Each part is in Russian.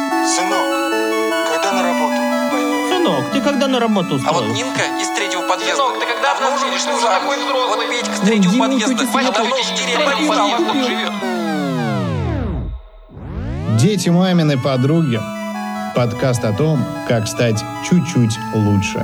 Сынок, когда на работу? Сынок, ты когда на работу А вот устроился? Нинка из третьего подъезда. Сынок, ты когда Давно уже обнаружились, не что слышала. такой взрослый? Вот Петька с Да третьего иди, подъезда. а Никитич, я давно тоже уже не деревья знаю, не куда видел. он живет. Дети мамины подруги. Подкаст о том, как стать чуть-чуть лучше.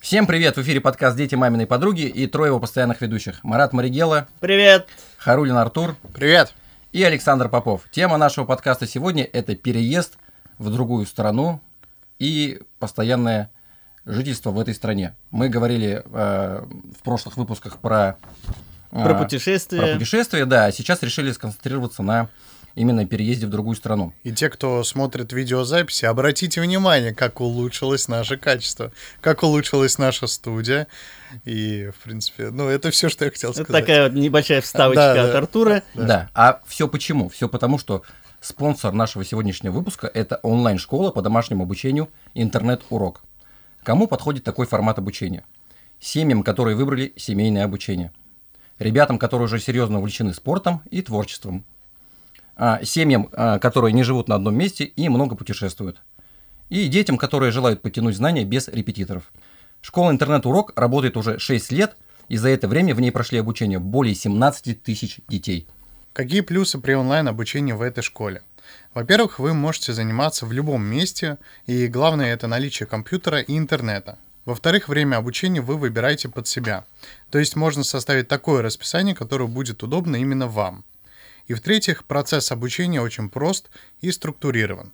Всем привет! В эфире подкаст «Дети маминой подруги» и трое его постоянных ведущих. Марат Маригела, Привет. Харулин Артур Привет. и Александр Попов. Тема нашего подкаста сегодня – это переезд в другую страну и постоянное жительство в этой стране. Мы говорили э, в прошлых выпусках про, э, Про путешествие. про путешествия, да, а сейчас решили сконцентрироваться на именно переезде в другую страну. И те, кто смотрит видеозаписи, обратите внимание, как улучшилось наше качество, как улучшилась наша студия. И, в принципе, ну, это все, что я хотел Это сказать. такая вот небольшая вставочка Да, да. от Артура. Да. А все почему? Все потому, что спонсор нашего сегодняшнего выпуска – это онлайн-школа по домашнему обучению «Интернет-урок». Кому подходит такой формат обучения? Семьям, которые выбрали семейное обучение. Ребятам, которые уже серьезно увлечены спортом и творчеством. А, Семьям, а, которые не живут на одном месте и много путешествуют. И детям, которые желают подтянуть знания без репетиторов. Школа «Интернет-урок» работает уже 6 лет, и за это время в ней прошли обучение более 17 тысяч детей. Какие плюсы при онлайн-обучении в этой школе? Во-первых, вы можете заниматься в любом месте, и главное это наличие компьютера и интернета. Во-вторых, время обучения вы выбираете под себя. То есть можно составить такое расписание, которое будет удобно именно вам. И в-третьих, процесс обучения очень прост и структурирован.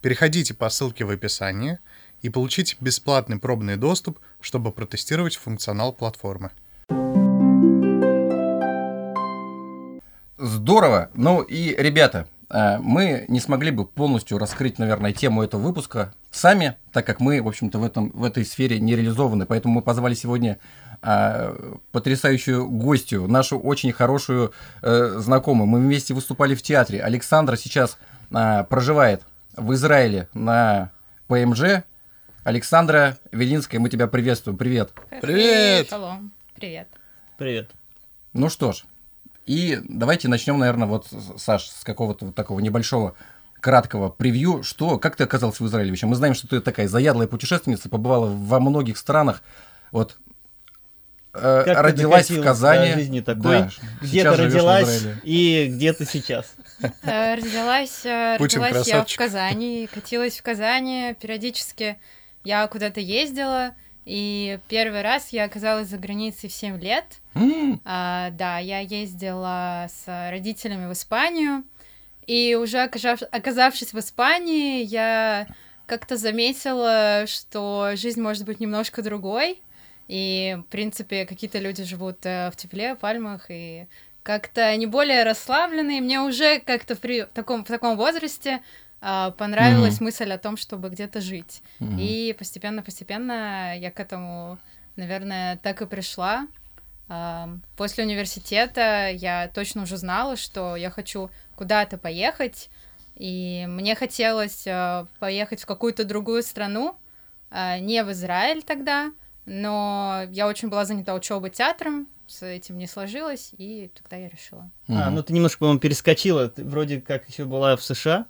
Переходите по ссылке в описании и получите бесплатный пробный доступ, чтобы протестировать функционал платформы. Здорово. Ну и, ребята, э, мы не смогли бы полностью раскрыть, наверное, тему этого выпуска сами, так как мы, в общем-то, в, этом, в этой сфере не реализованы. Поэтому мы позвали сегодня э, потрясающую гостью, нашу очень хорошую э, знакомую. Мы вместе выступали в театре. Александра сейчас э, проживает в Израиле на ПМЖ. Александра Велинская, мы тебя приветствуем. Привет. Привет! Алло. Привет. Привет. Ну что ж, и давайте начнем, наверное, вот, Саш, с какого-то вот такого небольшого краткого превью. Что, как ты оказался в Израиле вообще? Мы знаем, что ты такая заядлая путешественница, побывала во многих странах. Вот э, Как ты родилась в докатилась Казани. до жизни такой, Да, где сейчас ты живешь в родилась Израиле. и где ты сейчас. Э, Родилась, э, Путин родилась я в красавчик. Казани, катилась в Казани периодически. Я куда-то ездила, и первый раз я оказалась за границей в 7 лет. М, А, да, я ездила с родителями в Испанию, и уже окажав- оказавшись в Испании, я как-то заметила, что жизнь может быть немножко другой, и, в принципе, какие-то люди живут э, в тепле, пальмах, и как-то не более расслабленные. Мне уже как-то при таком, в таком возрасте а, понравилась мысль о том, чтобы где-то жить. мгм. И постепенно-постепенно я к этому, наверное, так и пришла. Ам, После университета я точно уже знала, что я хочу куда-то поехать, и мне хотелось э, поехать в какую-то другую страну, э, не в Израиль тогда, но я очень была занята учебой театром, с этим не сложилось, и тогда я решила. Мгм. А, ну ты немножко, по-моему, перескочила. Ты вроде как еще была в США.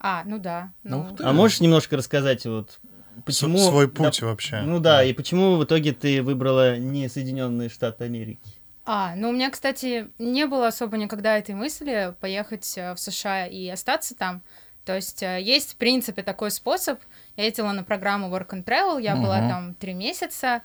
А, ну да. Ну, Ну, ух ты. А можешь немножко рассказать вот почему... С- свой да, путь вообще. Ну да, и почему в итоге ты выбрала не Соединенные Штаты Америки? А, ну у меня, кстати, не было особо никогда этой мысли поехать э, в США и остаться там. То есть э, есть, в принципе, такой способ. Я ездила на программу Work and Travel, я была Мгм. там три месяца,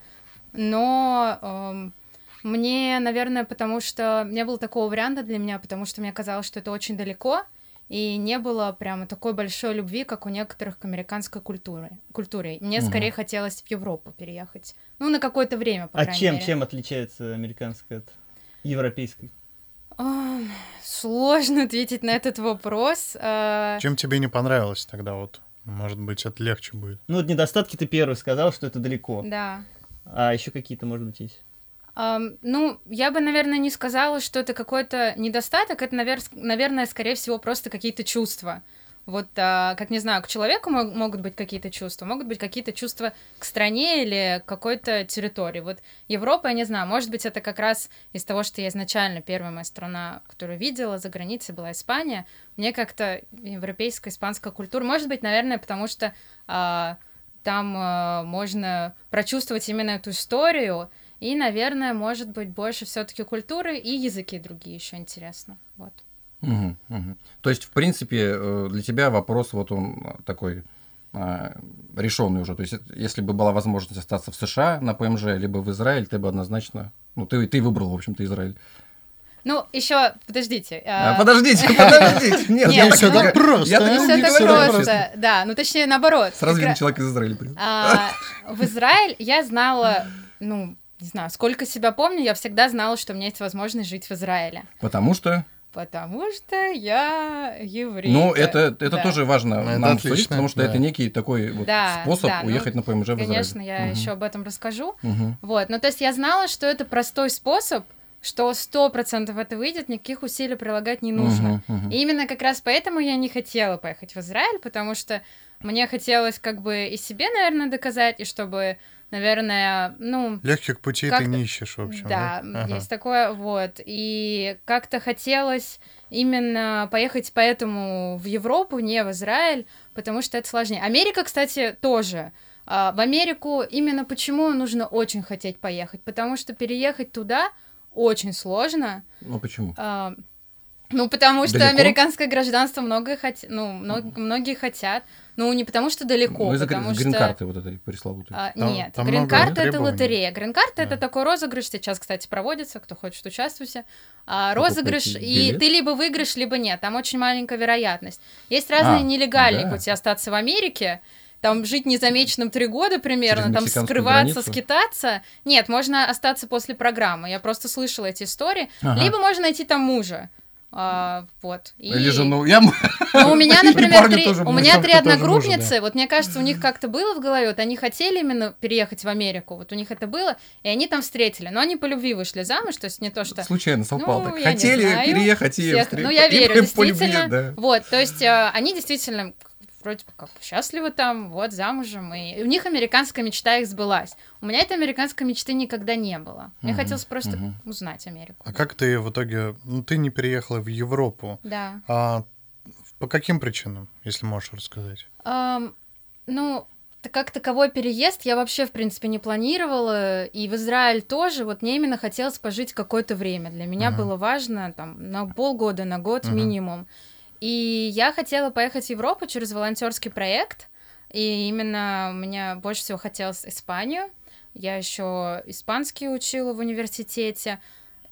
но эм, мне, наверное, потому что не было такого варианта для меня, потому что мне казалось, что это очень далеко, и не было прямо такой большой любви, как у некоторых к американской культуре. культуре. Мне Мгм. скорее хотелось в Европу переехать. Ну, на какое-то время, по а крайней чем, мере. чем отличается американская от европейской? Ам, Сложно ответить на этот вопрос. А, Чем тебе не понравилось тогда вот? Может быть, это легче будет. Ну вот недостатки ты первый сказал, что это далеко. Да. А еще какие-то, может быть, есть? Ам, Ну, я бы, наверное, не сказала, что это какой-то недостаток. Это, навер- наверное, скорее всего, просто какие-то чувства. Вот, а, как не знаю, к человеку мо- могут быть какие-то чувства, могут быть какие-то чувства к стране или к какой-то территории. Вот Европа, я не знаю, может быть, это как раз из того, что я изначально первая моя страна, которую видела за границей, была Испания. Мне как-то европейская, испанская культура, может быть, наверное, потому что а, там а, можно прочувствовать именно эту историю, и, наверное, может быть, больше все-таки культуры и языки другие еще интересно. Вот. Мгм, мгм. То есть, в принципе, э, для тебя вопрос вот он э, такой решенный уже. То есть, э, если бы была возможность остаться в США на ПМЖ, либо в Израиль, ты бы однозначно... Ну, ты, ты выбрал, в общем-то, Израиль. Ну, еще, подождите. А, а, подождите, подождите. Нет, Нет, я всё так- так просто, я а? так Не Ну, всё не так всё говорю, так просто, да, ну точнее наоборот. С развитым Игра- человек из Израиля приехал. А, В Израиль я знала, ну, не знаю, сколько себя помню, я всегда знала, что у меня есть возможность жить в Израиле. Потому что, Потому что я еврей. ну, это, это да. тоже важно Ну, это нам отлично, слышать, потому что да. это некий такой вот Да, способ да, ну, уехать на ПМЖ в Израиль. Конечно, я Мгм, еще об этом расскажу. мгм. Вот, ну то есть я знала, что это простой способ, что сто процентов это выйдет, никаких усилий прилагать не нужно. Мгм, мгм. И именно как раз поэтому я не хотела поехать в Израиль, потому что мне хотелось как бы и себе, наверное, доказать, и чтобы, наверное, ну... Легких путей ты Как-то- не ищешь, в общем. да, Ага. есть такое, вот. И как-то хотелось именно поехать поэтому в Европу, не в Израиль, потому что это сложнее. Америка, кстати, тоже. А, В Америку именно почему нужно очень хотеть поехать, потому что переехать туда очень сложно, Ну, почему? а, Ну, потому что Далеко? американское гражданство много хот... ну, мно- многие хотят. Ну, не потому что далеко, Ну, из-за потому что... грин-карты вот этой пресловутой. А, Там- нет, там грин-карта много это требований. лотерея. Грин-карта это Да. такой розыгрыш, сейчас, кстати, проводится, кто хочет, участвуйте. А, Покупайте розыгрыш, и билет. ты либо выиграешь, либо нет. Там очень маленькая вероятность. Есть разные А, нелегальные да. пути остаться в Америке, там жить незамеченным три года примерно, Через там мексиканскую скрываться, границу. скитаться. Нет, можно остаться после программы. Я просто слышала эти истории. Ага. Либо можно найти там мужа. А, вот. И- Или жену. Я м- Ну, у меня, Или например, парня три, тоже у мужа, меня там три кто тоже одногруппницы. мужа, Вот мне кажется, у них как-то было в голове. Вот они хотели именно переехать в Америку. Вот у них это было, и они там встретили. Но они по любви вышли замуж, то есть не то, что Случайно совпал. Ну, так. я не Хотели знаю переехать и всех. встр- Ну, я и верю, прям по любви, действительно. да. Вот, то есть э, они действительно вроде бы как бы счастливы там, вот, замужем, и у них американская мечта их сбылась. У меня этой американской мечты никогда не было. Мне Мгм, хотелось просто мгм. узнать Америку. А как ты в итоге... Ну, ты не переехала в Европу. Да. А по каким причинам, если можешь рассказать? Ам, ну, т- как таковой переезд я вообще, в принципе, не планировала. И в Израиль тоже. Вот мне именно хотелось пожить какое-то время. Для меня Мгм. было важно там на полгода, на год Мгм. минимум. И я хотела поехать в Европу через волонтерский проект. И именно мне больше всего хотелось Испанию. Я еще испанский учила в университете.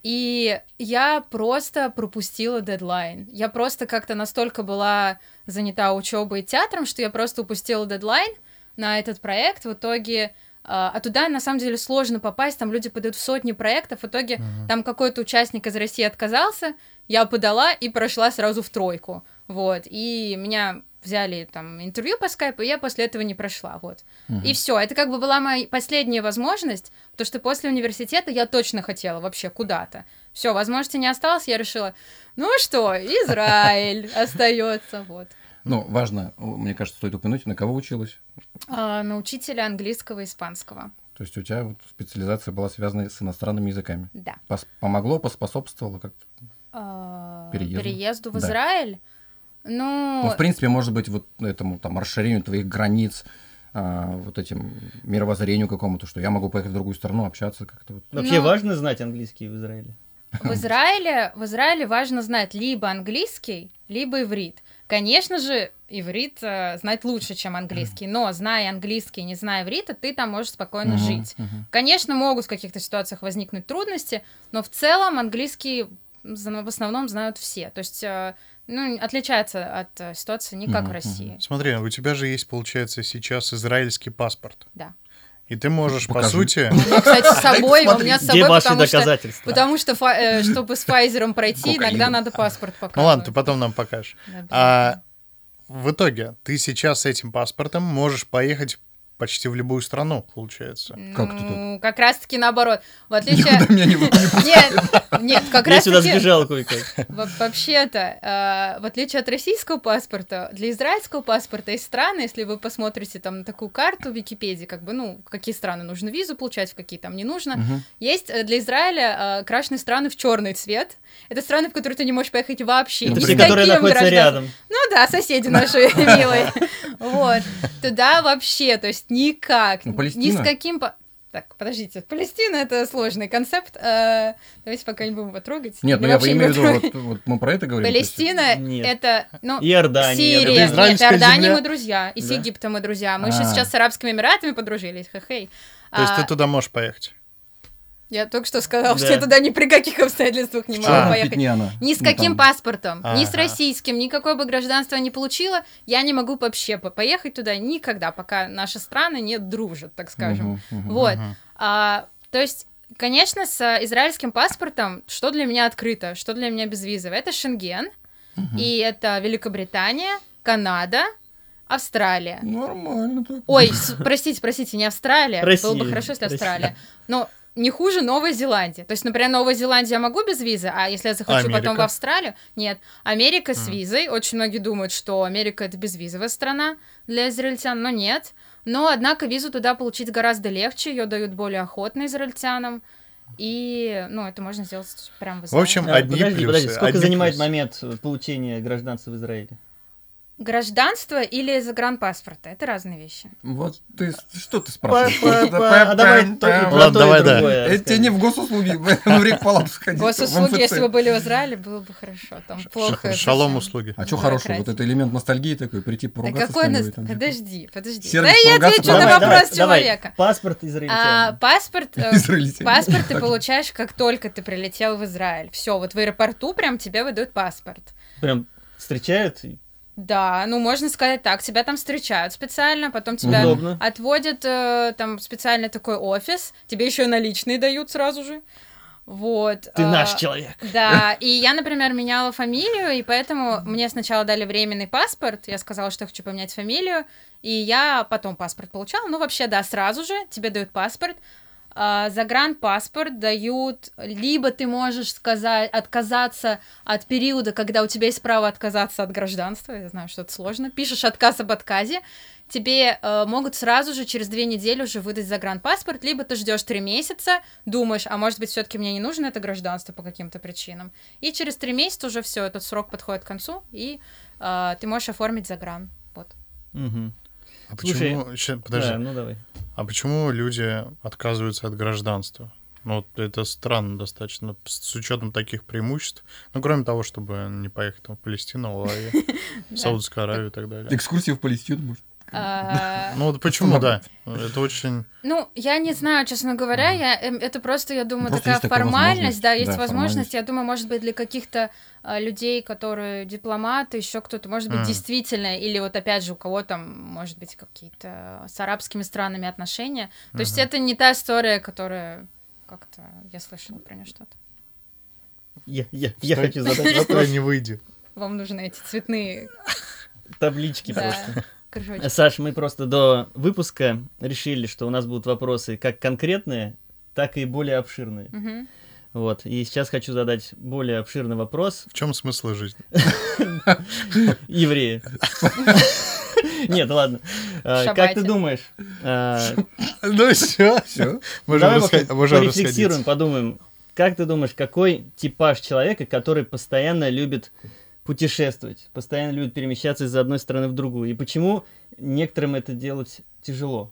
И я просто пропустила дедлайн. Я просто как-то настолько была занята учебой и театром, что я просто упустила дедлайн на этот проект. В итоге... А а туда, на самом деле, сложно попасть, там люди подают в сотни проектов, в итоге Мгм. там какой-то участник из России отказался, я подала и прошла сразу в тройку, вот, и меня взяли там интервью по скайпу, и я после этого не прошла, вот. Мгм. И все, это как бы была моя последняя возможность, потому что после университета я точно хотела вообще куда-то. Все, возможности не осталось, я решила, ну что, Израиль остается, вот. Ну, важно, о, мне кажется, стоит упомянуть, на кого училась. А, на учителя английского и испанского, То есть у тебя вот специализация была связана с иностранными языками. да. Пос- помогло, поспособствовало как-то. А, Переезду. переезду в Да. Израиль. Ну, Ну, в принципе, может быть, вот этому там расширению твоих границ, а, вот этим мировоззрению какому-то, что я могу поехать в другую страну, общаться как-то вот. Вообще Ну- важно знать английский в Израиле? в Израиле, в Израиле важно знать либо английский, либо иврит. Конечно же, иврит э, знать лучше, чем английский, но зная английский, не зная иврита, ты там можешь спокойно Мгм, жить. мгм. Конечно, могут в каких-то ситуациях возникнуть трудности, но в целом английский зна- в основном знают все. То есть, э, ну, отличается от э, ситуации не Мгм, как в мгм. России. Смотри, у тебя же есть, получается, сейчас израильский паспорт. Да. И ты можешь, по Покажи. сути... У меня, кстати, с собой, у меня с собой, Где ваши потому что доказательства? Потому что, фа- э, чтобы с Файзером пройти, Кокаином. иногда надо паспорт показывать. Ну ладно, ты потом нам покажешь. Да, А обязательно. в итоге ты сейчас с этим паспортом можешь поехать почти в любую страну, получается. Как это Ну, как раз-таки наоборот. В отличие... Никуда меня не выпустили. Нет, нет, как Я сюда раз-таки... сбежал кое-как. Во- Вообще-то, э, в отличие от российского паспорта, для израильского паспорта есть страны, если вы посмотрите там на такую карту в Википедии, как бы, ну, в какие страны нужно визу получать, в какие там не нужно. Мгм. Есть э, для Израиля э, крашеные страны в черный цвет. Это страны, в которые ты не можешь поехать вообще. Это ни все, с которые каким находятся гражданством. рядом. Ну да, соседи наши милые. Вот. Туда вообще, то есть никак. Ну, Ни с Палестина. каким... по- Так, подождите, Палестина это сложный концепт. э, Давайте пока не будем его трогать. Нет, ну Или я вообще не имею в будем виду, трогать. вот, вот мы про это говорим. то есть- Палестина Нет. это... Ну, Иордания. Сирия. Это Иордания. Нет, израильская Иордания земля? мы друзья. И с Да? Египтом мы друзья. Мы еще А. сейчас с Арабскими Эмиратами подружились. Хе-хей. То есть А, ты туда можешь поехать. Я только что сказал, что Да. я туда ни при каких обстоятельствах не В могу чёрном поехать. пятне она. Ни с Ну, там. каким паспортом, ни с Ага. российским, никакое бы гражданство не получила, я не могу вообще по- поехать туда никогда, пока наши страны не дружат, так скажем. Мгм, мгм. Вот. Мгм. А, то есть, конечно, с а, израильским паспортом, что для меня открыто, что для меня безвизово, это Шенген, Мгм. и это Великобритания, Канада, Австралия. Нормально так. Ой, с- простите, простите, не Австралия. Россия, Было бы хорошо, если Россия. Австралия. Но не хуже Новой Зеландии. То есть, например, Новая Зеландия я могу без визы, а если я захочу потом Америка? в Австралию? Нет. Америка с М. визой. Очень многие думают, что Америка это безвизовая страна для израильтян, но нет. Но, однако, визу туда получить гораздо легче, ее дают более охотно израильтянам. И, ну, это можно сделать прямо в В общем, Израиле. Да, одни Подожди, плюсы. подожди, сколько одни занимает плюсы. момент э, получения гражданства в Израиле? Гражданство или загранпаспорт — это разные вещи. Вот ты с- что ты спрашиваешь? Па-па-па, А давай только про то Ладно, и давай, да. другое Это Э, тебе не в госуслуги, в рекпалат сходить. в Госуслуги, МФЦ. если бы были в Израиле, было бы хорошо. Там плохо. Ш- Шалом совсем. услуги. А что хорошего? Вот Бюрократия. это элемент ностальгии такой, прийти Да поругаться какой с нас... кем-нибудь там. Подожди, подожди. Сервис да я поругаться, отвечу на давай, вопрос давай. человека. Паспорт А, израильтянина. паспорт, э, Израильтяне. паспорт ты Так. получаешь, как только ты прилетел в Израиль. Все, вот в аэропорту прям тебе выдают паспорт. Прям встречают? и- Да, ну можно сказать так, тебя там встречают специально, потом тебя Удобно. отводят э, там специально такой офис, тебе еще и наличные дают сразу же. Вот. Ты а, наш человек. Да, и я, например, меняла фамилию, и поэтому мне сначала дали временный паспорт, я сказала, что хочу поменять фамилию, и я потом паспорт получала. Ну, вообще, да, сразу же тебе дают паспорт. А, Загранпаспорт дают, либо ты можешь сказать, отказаться от периода, когда у тебя есть право отказаться от гражданства, я знаю, что это сложно, пишешь отказ об отказе, тебе э, могут сразу же через две недели уже выдать загранпаспорт, либо ты ждешь три месяца, думаешь, а может быть, все-таки мне не нужно это гражданство по каким-то причинам. И через три месяца уже все, этот срок подходит к концу, и э, ты можешь оформить загран. Вот. Мгм. А Слушай, почему, ща, подожди, Да, ну давай. а почему люди отказываются от гражданства? Ну, вот это странно достаточно, с с учетом таких преимуществ. Ну, кроме того, чтобы не поехать там, в Палестину, Лаи, Саудовскую Аравию и так далее. Экскурсии типа, в Палестину, может? А, Ну, вот почему, да. Это очень... Ну, я не знаю, честно говоря, я, эм, это просто, я думаю, Просто такая есть такая формальность, возможность. да, есть Да, возможность, формальность. я думаю, может быть, для каких-то а, людей, которые дипломаты, еще кто-то, может быть, Мгм. действительно, или вот опять же, у кого там, может быть, какие-то с арабскими странами отношения, то есть это не та история, которая как-то, я слышала про нее что-то. Я, я, я Стой. хочу задать вопрос. Стой, не выйди. Вам нужны эти цветные Таблички да, просто. кружочки. Саш, мы просто до выпуска решили, что у нас будут вопросы как конкретные, так и более обширные. Мгм. Вот. И сейчас хочу задать более обширный вопрос. В чем смысл жизни? Евреи. Нет, ладно. А, Как Шабате. ты думаешь? а, Ну, все. Все. Давай Можем вот расход- можем расходиться. порефлексируем, подумаем. Как ты думаешь, какой типаж человека, который постоянно любит путешествовать, постоянно любит перемещаться из одной страны в другую? И почему некоторым это делать тяжело?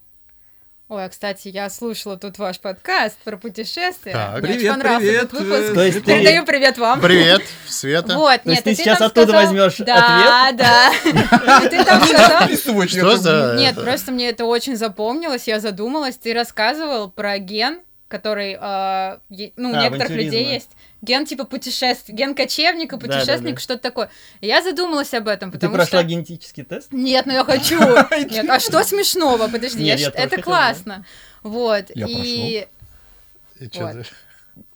Ой, а, кстати, я слушала тут ваш подкаст про путешествия. Так. Мне Привет, очень понравился привет, э, этот выпуск. То есть ты- Передаю привет вам. Привет, Света. Вот, То есть нет, ты и сейчас там оттуда сказал- возьмёшь да, Да, Ты там сказал... Что за... Нет, это? просто мне это очень запомнилось, я задумалась. Ты рассказывал про ген, который, э, е- ну, у А, некоторых авантюризма. людей есть. Ген типа путешествий, ген кочевника, Да, да, да. путешественника, что-то такое. Я задумалась об этом, Ты потому прошла что... генетический тест? Нет, ну я хочу. Нет, а что смешного? Подожди, я Нет, я щ- тоже это хотел, классно. Вот, Я и... И чё Вот. ты?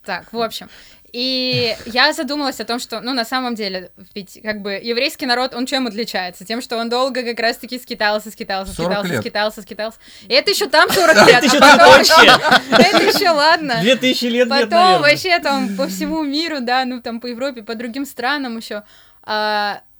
Так, в общем. И И я задумалась о том, что, ну, на самом деле, ведь как бы еврейский народ, он чем отличается? Тем, что он долго как раз-таки скитался, скитался, 40 скитался, лет. скитался, скитался. И это еще там 40 лет, Это еще а там потом вообще. Это еще ладно. 2000 лет нет, Потом наверное. вообще там по всему миру, да, ну там по Европе, по другим странам еще.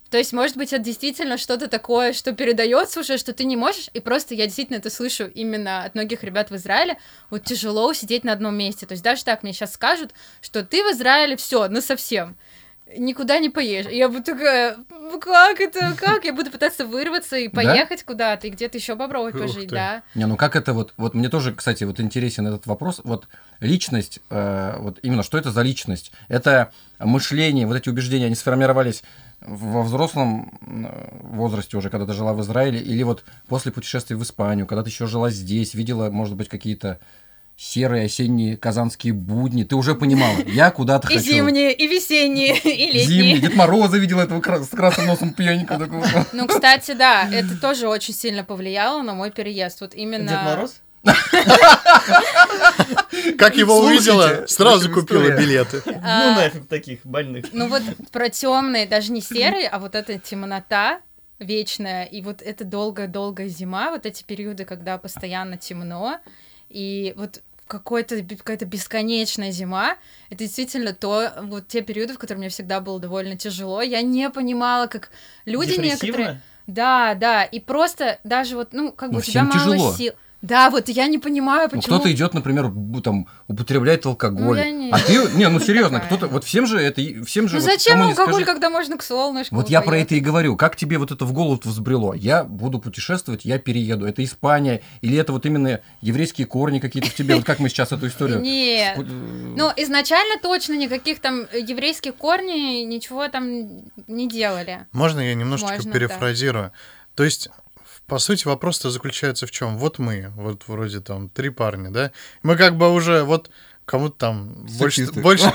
то есть, может быть, это действительно что-то такое, что передается уже, что ты не можешь, и просто я действительно это слышу именно от многих ребят в Израиле, вот тяжело сидеть на одном месте. То есть даже так мне сейчас скажут, что ты в Израиле все, ну совсем, никуда не поедешь. И Я буду такая, «Ну как это, как? Я буду пытаться вырваться и Да? поехать куда-то, и где-то еще попробовать Ух пожить, ты. да. Не, ну как это вот, вот мне тоже, кстати, вот интересен этот вопрос. Вот личность, э, вот именно что это за личность? Это мышление, вот эти убеждения, они сформировались в- во взрослом э, возрасте уже, когда ты жила в Израиле, или вот после путешествий в Испанию, когда ты еще жила здесь, видела, может быть, какие-то серые осенние казанские будни, ты уже понимала, я куда-то И хочу. зимние, и весенние, и летние. Зимний. Дед Мороза видел этого кра- с красным носом пьяненького такого. Ну, кстати, да, это тоже очень сильно повлияло на мой переезд. Вот именно... Дед Мороз? Как его Слушайте, увидела, сразу это купила история. билеты. Ну А. нафиг таких больных. Ну вот про темные, даже не серые, а вот эта темнота вечная, и вот эта долгая-долгая зима, вот эти периоды, когда постоянно темно, и вот какой-то, бе- какая-то бесконечная зима, это действительно то, вот те периоды, в которые мне всегда было довольно тяжело, я не понимала, как люди некоторые... Депрессивно? Да, да, и просто даже вот, ну, как Ну, бы у тебя всем мало тяжело. сил. Да, вот я не понимаю, Ну, почему... кто-то идет, например, бу- там употребляет алкоголь. Ну, я не- А ты, не, ну серьезно, Такая. кто-то, вот всем же это, и- всем же. Ну вот зачем кому не алкоголь, скажи. когда можно к солнышку? Вот я про это и поехать? говорю. Как тебе вот это в голову взбрело? Я буду путешествовать, я перееду. Это Испания или это вот именно еврейские корни какие-то в тебе? Вот как мы сейчас эту историю? Нет. Ну, Ну, изначально точно никаких там э, еврейских корней, ничего там не делали. Можно я немножечко Можно, да. перефразирую? То есть, в- по сути, вопрос-то заключается в чем? Вот мы, вот вроде там три парня, да? Мы как бы уже вот кому-то там больше, Сексисты. больше,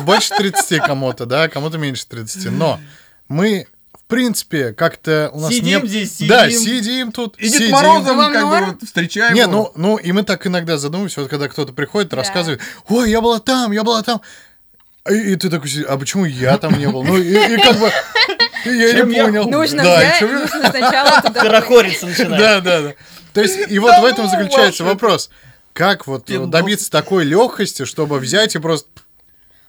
больше 30 кому-то, да, кому-то меньше 30. Но мы, в принципе, как-то у нас Сидим не... здесь, Да, сидим. сидим тут, и Дед сидим. Морозом Ну, Вам как бы норм? вот встречаем. Не, его. ну, ну, и мы так иногда задумываемся, вот когда кто-то приходит, Да. рассказывает, ой, я была там, я была там. И, и ты такой, сидишь, а почему я там не был? Ну, и, и как бы, и я Чем не я понял. Ну, Ну, Нужно, да, взять- чем я- нужно сначала туда... Хорохориться начинает. да, да, да. То есть, и вот в этом заключается вопрос. Как вот Пиндос. добиться такой легкости, чтобы взять и просто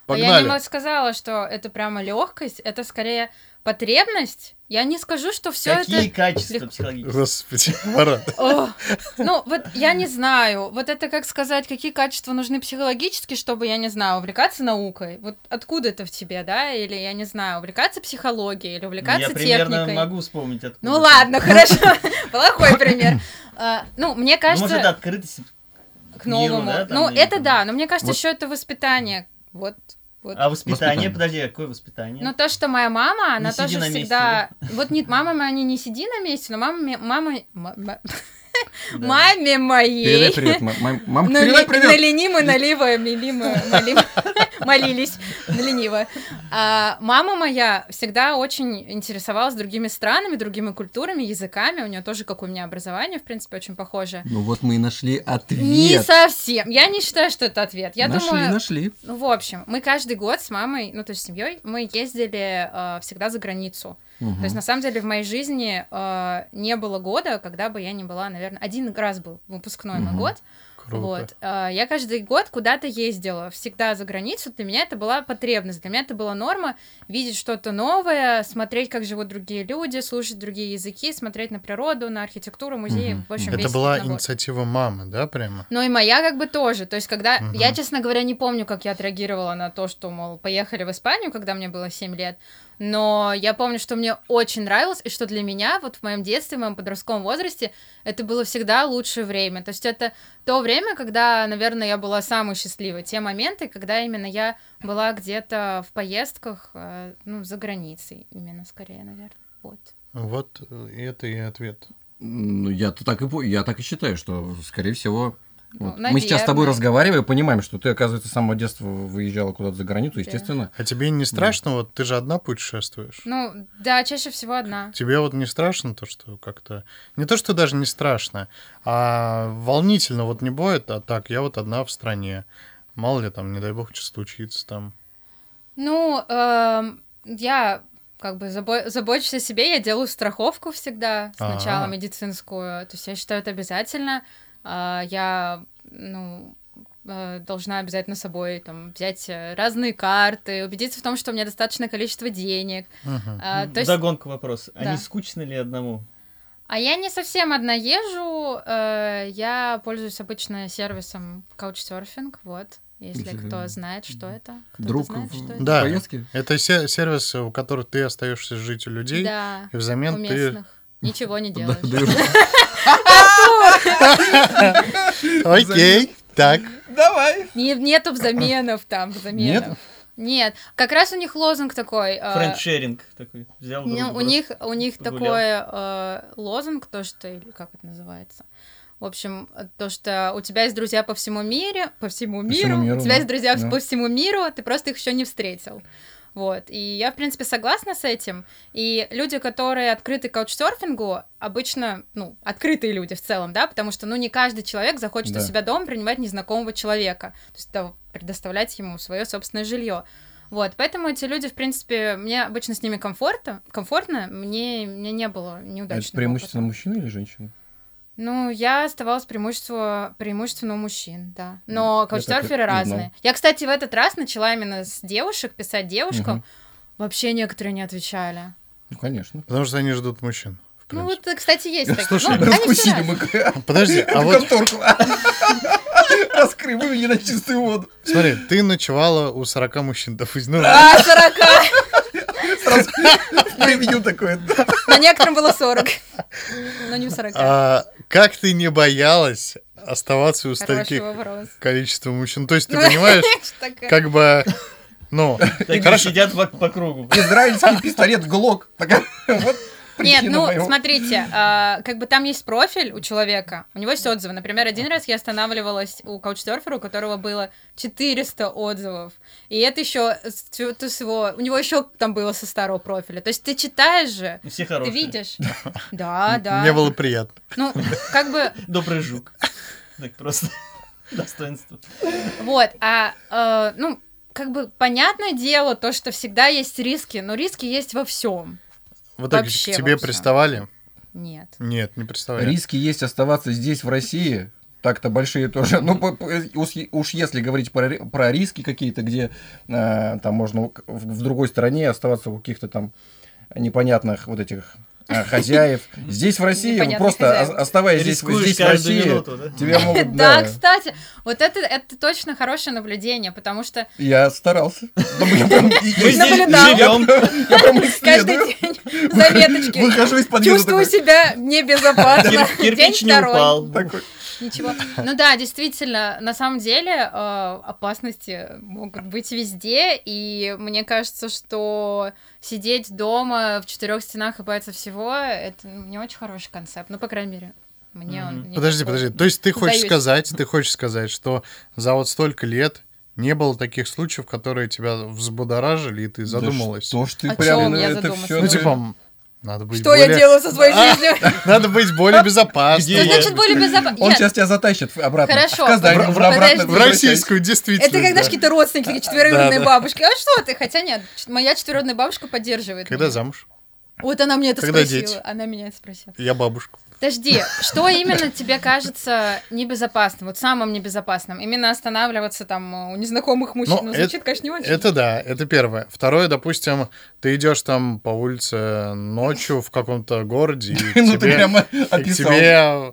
А Я не погнали? мо- сказала, что это прямо легкость, это скорее потребность. Я не скажу, что все это... Какие качества легко. психологические? Господи, Марат. Ох, ну, вот я не знаю. Вот это как сказать, какие качества нужны психологически, чтобы, я не знаю, увлекаться наукой. Вот откуда это в тебе, да? Или, я не знаю, увлекаться психологией или Ну, Я увлекаться примерно техникой. могу вспомнить откуда. Ну ладно, хорошо. Плохой пример. А, Ну, мне Ну, может, это кажется, открытость. к миру, новому. да, там, Ну, или это там. да, но мне кажется, Вот. еще это воспитание. Вот. вот. Ну, А воспитание? Воспитание. Подожди, какое воспитание? Но то, что моя мама, она Не сиди тоже на месте, всегда... Вот нет, мама моя не, не сиди на месте, но мама... ме- мама ма- ма- Да. Маме моей... Передай привет, ма- мам- мамка, На, передай Ну, ли, на А привет. лени мы налива мели мы молим- молились на лениво. А, мама моя всегда очень интересовалась другими странами, другими культурами, языками. У нее тоже, как у меня, образование, в принципе, очень похоже. Ну вот мы и нашли Не ответ. совсем. Я не считаю, что это ответ. Я Нашли, думаю, нашли. ну, в общем, мы каждый год с мамой, ну, то есть с семьей, мы ездили э, всегда за границу. То есть, Мгм. на самом деле, в моей жизни э, не было года, когда бы я не была, наверное, один раз был выпускной мой Мгм. год. Круто. Вот. А, Я каждый год куда-то ездила, всегда за границу. Для меня это была потребность, для меня это была норма видеть что-то новое, смотреть, как живут другие люди, слушать другие языки, смотреть на природу, на архитектуру, музеи, Мгм. в общем, Это весь была этот набор. инициатива мамы, да, прямо? Ну и моя как бы тоже. То есть, когда... Мгм. Я, честно говоря, не помню, как я отреагировала на то, что, мол, поехали в Испанию, когда мне было 7 лет. Но я помню, что мне очень нравилось, и что для меня вот в моем детстве, в моем подростковом возрасте, это было всегда лучшее время. То есть это то время, когда, наверное, я была самой счастливой. Те моменты, когда именно я была где-то в поездках, э, ну, за границей именно скорее, наверное. Вот. Вот э, это и ответ. Ну, я-то так и по- я так и считаю, что, скорее всего, Ну, вот мы сейчас с тобой наверное. разговариваем и понимаем, что ты, оказывается, с самого детства выезжала куда-то за границу, естественно. А тебе не страшно, вот ты же одна путешествуешь? Ну, да, чаще всего одна. Тебе вот не страшно то, что как-то... Не то, что даже не страшно, а волнительно вот не будет, а так, я вот одна в стране. Мало ли там, не дай бог, что случится там. Ну, эм, я как бы забо- забочусь о себе, я делаю страховку всегда сначала Ага. медицинскую, то есть я считаю это обязательно. А, я, ну, э, должна обязательно с собой там взять э, разные карты, убедиться в том, что у меня достаточное количество денег. Мгм. А, то есть Загонка Ну, вопрос. А Да. не скучно ли одному? А я не совсем одна езжу, э, я пользуюсь обычно сервисом Couchsurfing, вот. Если Интересно. кто знает, что это. Кто-то Друг знает, что в это. Да. поездке? Это се- сервис, у которого ты остаешься жить у людей, Да, и взамен у ты... местных. Ничего не Да, делаешь. да. Окей, так. Не- нету взаменов там, взаменов. Нет, как раз у них лозунг такой. э, Френдшеринг такой. Взял ну, друг у друга. них у них погулял. такой э, лозунг то что или как это называется. В общем, э, то что у тебя есть друзья по всему миру, по всему всему миру, миру, у тебя да, есть друзья да. по всему миру, ты просто их еще не встретил. Вот. И я, в принципе, согласна с этим. И люди, которые открыты к каучсерфингу, обычно, ну, открытые люди в целом, да, потому что, ну, не каждый человек захочет Да. у себя дома принимать незнакомого человека, то есть да, предоставлять ему свое собственное жилье. Вот, поэтому эти люди, в принципе, мне обычно с ними комфортно, комфортно, мне, мне не было неудачного Это преимущественно опыта. мужчины или женщины? Ну, я оставалась преимущество, преимущественно у мужчин, да. Ну, Но так и не каучсерферы знал. разные. Я, кстати, в этот раз начала именно с девушек писать девушкам. Мгм. Вообще некоторые не отвечали. Ну, конечно. Потому что они ждут мужчин. в Ну, принципе. вот, э, кстати, есть такие. Слушай, Ну, они все раскусили разные. мы к- Подожди, а эту вот конторку. Раскры, вывели на чистую воду. смотри, ты ночевала у 40 мужчин, допустим. Ну, А, 40! Превью такое. На некотором было 40. Но не у 40. а как ты не боялась оставаться у Хороший стольких вопрос. количества мужчин? То Ну, есть ты понимаешь, Что такое? как бы... Ну, Такие хорошо. сидят по, по кругу. Израильский пистолет Глок. Такая вот Нет, причина ну моего. смотрите, а, как бы там есть профиль у человека, у него есть отзывы. Например, один раз я останавливалась у каучсерфера, у которого было 400 отзывов. И это еще с- то с его- у него еще там было со старого профиля. То есть ты читаешь же, Все ты хорошие. видишь. Да, да. мне было приятно. Ну, как бы Добрый жук. Так просто. Достоинство. Вот, а, э, ну, как бы понятное дело то, что всегда есть риски, но риски есть во всем. В итоге Вообще к тебе вообще. приставали? Нет. Нет, не приставали. Риски есть оставаться здесь, в России. Так-то большие тоже. Ну, по- по- уж, е- уж если говорить про, ри- про риски какие-то, где э, там можно к- в, в другой стране оставаться у каких-то там непонятных вот этих э, хозяев. Здесь в России, вы Непонятных просто хозяев. о- оставаясь здесь, Рискуешь здесь в каждую России, минуту, да? тебе могут... Да, Ну, да. кстати, вот это, это точно хорошее наблюдение, потому что Я старался. Да мы- я прям- я Мы здесь- здесь наблюдал. живем. я прям каждый ну, исследую. день заметочки Выхожу из подъезда чувствую такой. себя небезопасно. Кир- День Кирпич не второй. упал. такой, Ничего. Ну да, действительно, на самом деле э, опасности могут быть везде, и мне кажется, что сидеть дома в четырех стенах и бояться всего, это не очень хороший концепт. Ну, по крайней мере, мне он... Мгм. не Подожди, такой. подожди. То есть ты хочешь Сдаюсь. сказать, ты хочешь сказать, что за вот столько лет не было таких случаев, которые тебя взбудоражили, и ты «Да задумалась. Что ж ты О прям... чём я это задумалась? всё Ну, ты- типа, м, надо быть Что я более- делаю со своей А, жизнью? Надо быть более Что Где безопасным. я? значит более безопасно? Он Нет, сейчас тебя затащит обратно. Хорошо, В Казань, в- в- подожди. обратно В Подожди. российскую, действительно. Это когда да. же какие-то родственники, такие четверородные Да, да. бабушки. А что ты? Хотя нет, ч- моя четверородная бабушка поддерживает. Когда меня. замуж? Вот она мне это Когда спросила. дети? Она меня это спросила. Я бабушку. Подожди, что именно тебе кажется небезопасным, вот самым небезопасным? Именно останавливаться там у незнакомых мужчин, Ну, ну, это- звучит, конечно, не очень. Это да, это первое. Второе, допустим, ты идешь там по улице ночью в каком-то городе, и Ну, ты тебе прямо и описал. тебе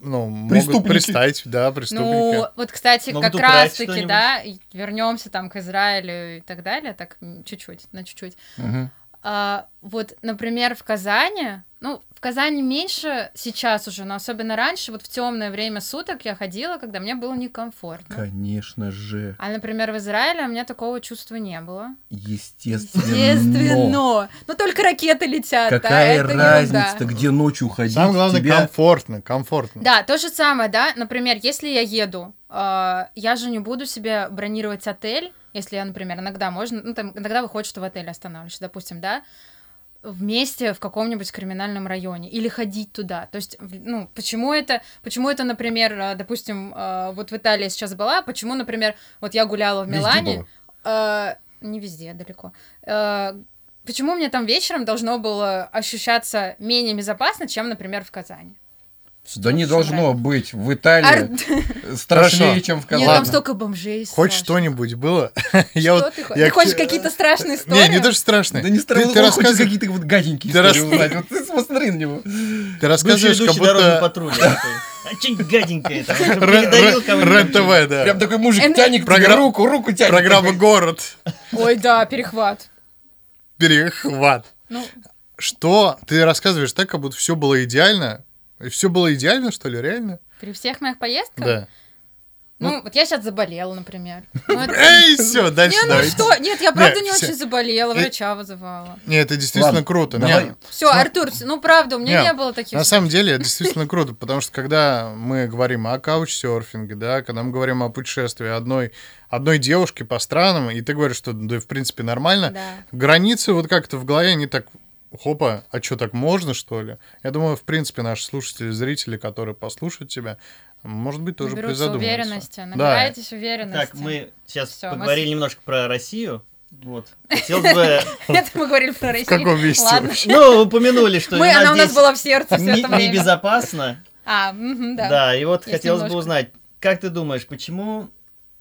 ну, могут Преступники. пристать, да, Ну, преступники. вот, кстати, Могут как украсть раз-таки, да, вернемся там к Израилю и так далее, так м, чуть-чуть, на чуть-чуть. Мгм. А, вот, например, в Казани, ну, в Казани меньше сейчас уже, но особенно раньше, вот в темное время суток я ходила, когда мне было Ну. некомфортно. Конечно же, А, например, в Израиле у меня такого чувства не было. естественно. Естественно. Но только ракеты летят. да, Какая это разница-то, ерунда. где ночью ходить? Самое главное, тебя- комфортно, комфортно. Да, то же самое, да. Например, если я еду, э, я же не буду себе бронировать отель, если я, например, иногда можно, ну там иногда выходит, что в отеле останавливаешься, допустим, да, вместе в каком-нибудь криминальном районе или ходить туда. То есть, в- ну, почему это, почему это, например, э, допустим, э, вот в Италии сейчас была, почему, например, вот я гуляла в Везде Милане, было. э, не везде, далеко. Э, Почему мне там вечером должно было ощущаться менее безопасно, чем, например, в Казани? Да не Всё должно правильно. быть в Италии Ар- страшнее, Хорошо. чем в Нет, Казани. там столько бомжей. Хоть Саш. что-нибудь было? Что Я вот- ты, хо- я ты к- хочешь какие-то страшные истории? Не, не даже страшные. Да не Ты- странно, Ты он хочет рассказывай- какие-то вот гаденькие Ты истории рас- узнать. Вот ты смотри на него. ты Бывший рассказываешь, как ведущий дорожный будто... патруль. такой. А что-нибудь гаденькое там. Р- Передарил Р- кому-нибудь. РЕН-ТВ, да. Прям такой мужик Энер- тянет тебе Программа- руку, руку тянет. Программа «Город». Ой, да, перехват. Перехват. Ну, Что? Ты рассказываешь так, как будто все было идеально? Все было идеально, что ли, реально? при всех моих поездках? Да. Ну, вот я сейчас заболела, например. Ну, это- Эй, все, дальше Не, ну давайте. что? Нет, я правда Не, не всё. очень заболела, Э, врача вызывала. Не, это действительно Ладно, круто. давай. Не, Все, Артур, всё- ну правда, у меня Не, не было таких. на самом деле, это действительно круто, потому что когда мы говорим о каучсерфинге, да, когда мы говорим о путешествии одной, одной девушки по странам, и ты говоришь, что да, в принципе нормально, Да. границы вот как-то в голове не так хопа, а что так можно, что ли? Я думаю, в принципе, наши слушатели, зрители, которые послушают тебя, может быть, тоже Наберутся призадумаются. уверенности, Да, набираетесь уверенности. Так, мы сейчас Всё, мы поговорили немножко про Россию. Вот. Хотелось бы... Это мы говорили про Россию. каком месте Ладно. Ну, упомянули, что Мы, она у нас здесь была в сердце все это не- время. небезопасно. А, мгм, Да. да. и вот Есть хотелось бы немножко. узнать, как ты думаешь, почему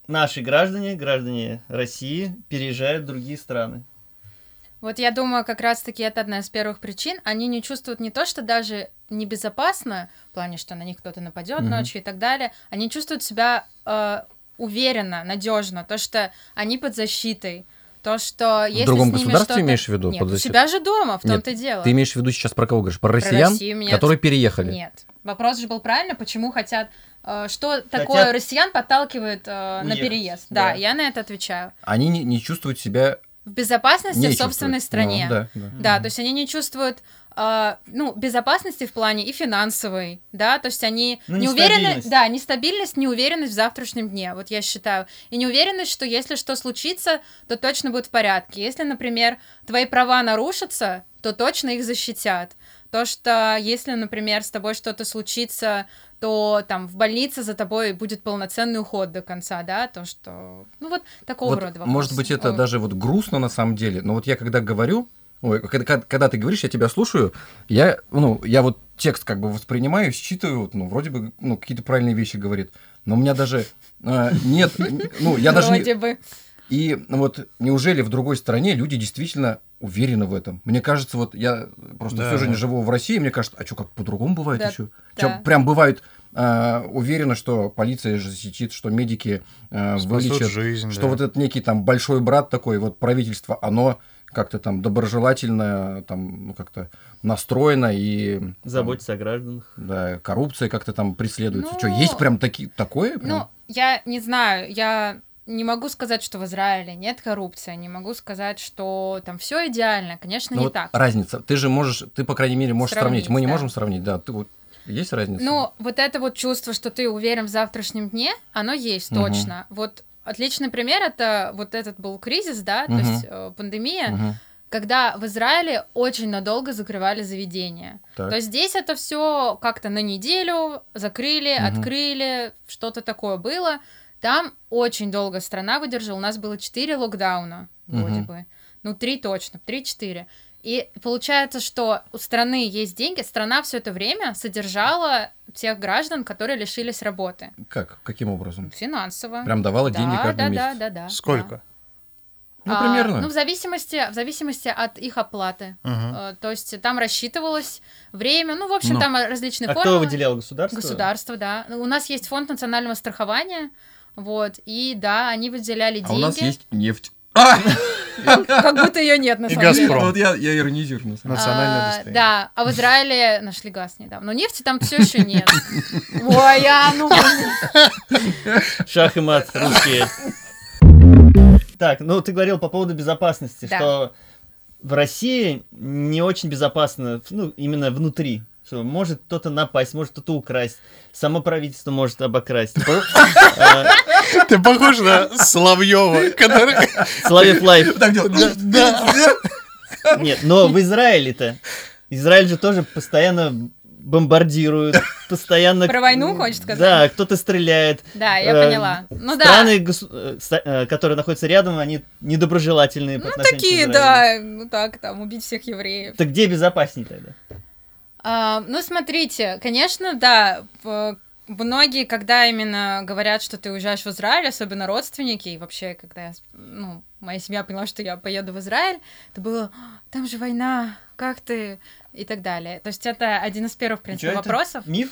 наши граждане, граждане России, переезжают в другие страны? Вот я думаю, как раз-таки это одна из первых причин. Они не чувствуют не то, что даже небезопасно, в плане, что на них кто-то нападет Мгм. ночью и так далее. Они чувствуют себя э, уверенно, надежно, то, что они под защитой, то, что если другом с ними государстве что-то- имеешь в виду, Нет, под у защитой? себя же дома, в Нет, том-то и дело. Ты имеешь в виду сейчас про кого говоришь? Про россиян, россиян, Россию меня- которые которые переехали? Нет. Вопрос же был правильно, почему хотят, э, что такое Хотят россиян подталкивает э, на уехать, переезд. Да, да. я на это отвечаю. Они не, не чувствуют себя В безопасности не Ну, в собственной ну, стране. да, да. Да, то есть они не чувствуют а, ну, безопасности в плане и финансовой, да, то есть они Ну, не уверены, нестабильность. да, нестабильность, неуверенность в завтрашнем дне, вот я считаю, и неуверенность, что если что случится, то точно будет в порядке, если, например, твои права нарушатся, то точно их защитят, то, что если, например, с тобой что-то случится, то там в больнице за тобой будет полноценный уход до конца, да, то, что, ну, вот такого Вот, рода может вопросы. быть, это Вот. даже вот грустно на самом деле, но вот я когда говорю, ой, когда, когда- когда ты говоришь, я тебя слушаю, я, ну, я вот текст как бы воспринимаю, считываю, вот, ну, вроде бы, ну, какие-то правильные вещи говорит, но у меня даже э, нет, ну, я даже не- Вроде бы. И ну, вот неужели в другой стране люди действительно уверены в этом? Мне кажется, вот я просто Да. всю жизнь живу в России, мне кажется, а что, как по-другому бывает Да, еще? да. прям бывает а, уверены, что полиция же защитит, что медики а, Спасут вылечат, жизнь, что да. вот этот некий там большой брат такой, вот правительство, оно как-то там доброжелательно, там ну, как-то настроено и... там, Заботиться о гражданах. Да, коррупция как-то там преследуется. Ну, что, есть прям таки, такое? прям? Ну, я не знаю, я не могу сказать, что в Израиле нет коррупции, не могу сказать, что там все идеально, конечно, Ну не вот так. разница. Ты же можешь, ты, по крайней мере, можешь сравнить. Сравнить, Мы не да. можем сравнить, да. Ты вот- есть разница? Ну, вот это вот чувство, что ты уверен в завтрашнем дне, оно есть Мгм. точно. Вот отличный пример это вот этот был кризис, да, Мгм. то есть э, пандемия, Мгм. когда в Израиле очень надолго закрывали заведения. Так. То есть здесь это все как-то на неделю закрыли, Мгм. открыли, что-то такое было. Там очень долго страна выдержала. У нас было 4 локдауна, вроде Мгм. бы. Ну, 3 точно, 3-4. И получается, что у страны есть деньги, страна все это время содержала тех граждан, которые лишились работы. Как? Каким образом? Финансово. Прям давала деньги да, каждый да, месяц? да, да, да. Сколько? Ну, А, примерно. ну, в зависимости, в зависимости от их оплаты. Мгм. Э, То есть там рассчитывалось время, ну, в общем, Ну. там различные А формы. кто выделял государство? Государство, да. Ну, У нас есть фонд национального страхования, вот, и да, они выделяли А деньги. у нас есть нефть. Как будто ее нет, на И самом деле. «Газпром». Вот я, я иронизирую. на самом Национальное А, достояние. Да, а в Израиле нашли газ недавно. Но нефти там все еще нет. Ой, а ну. Шах и мат русские. Так, ну ты говорил по поводу безопасности, Да. что в России не очень безопасно, ну, именно внутри. Что может кто-то напасть, может кто-то украсть, само правительство может обокрасть. А, Ты похож на Соловьева, который... Соловьев лайф. деле. Так делать. Да. Нет, но в Израиле-то. Израиль же тоже постоянно бомбардируют, постоянно... Про войну, хочешь сказать? Да, кто-то стреляет. Да, я Э, поняла. Ну да, Страны, гос- э, ста- э, которые находятся рядом, они недоброжелательные. по ну отношению к такие, Израилю. да, ну так, там, убить всех евреев. Так где безопасней тогда? А, ну, смотрите, конечно, да, в- многие, когда именно говорят, что ты уезжаешь в Израиль, особенно родственники, и вообще, когда я с- ну, моя семья поняла, что я поеду в Израиль, это было, «А, там же война, как ты, и так далее. То есть это один из первых, в принципе, Чё это? вопросов. Миф?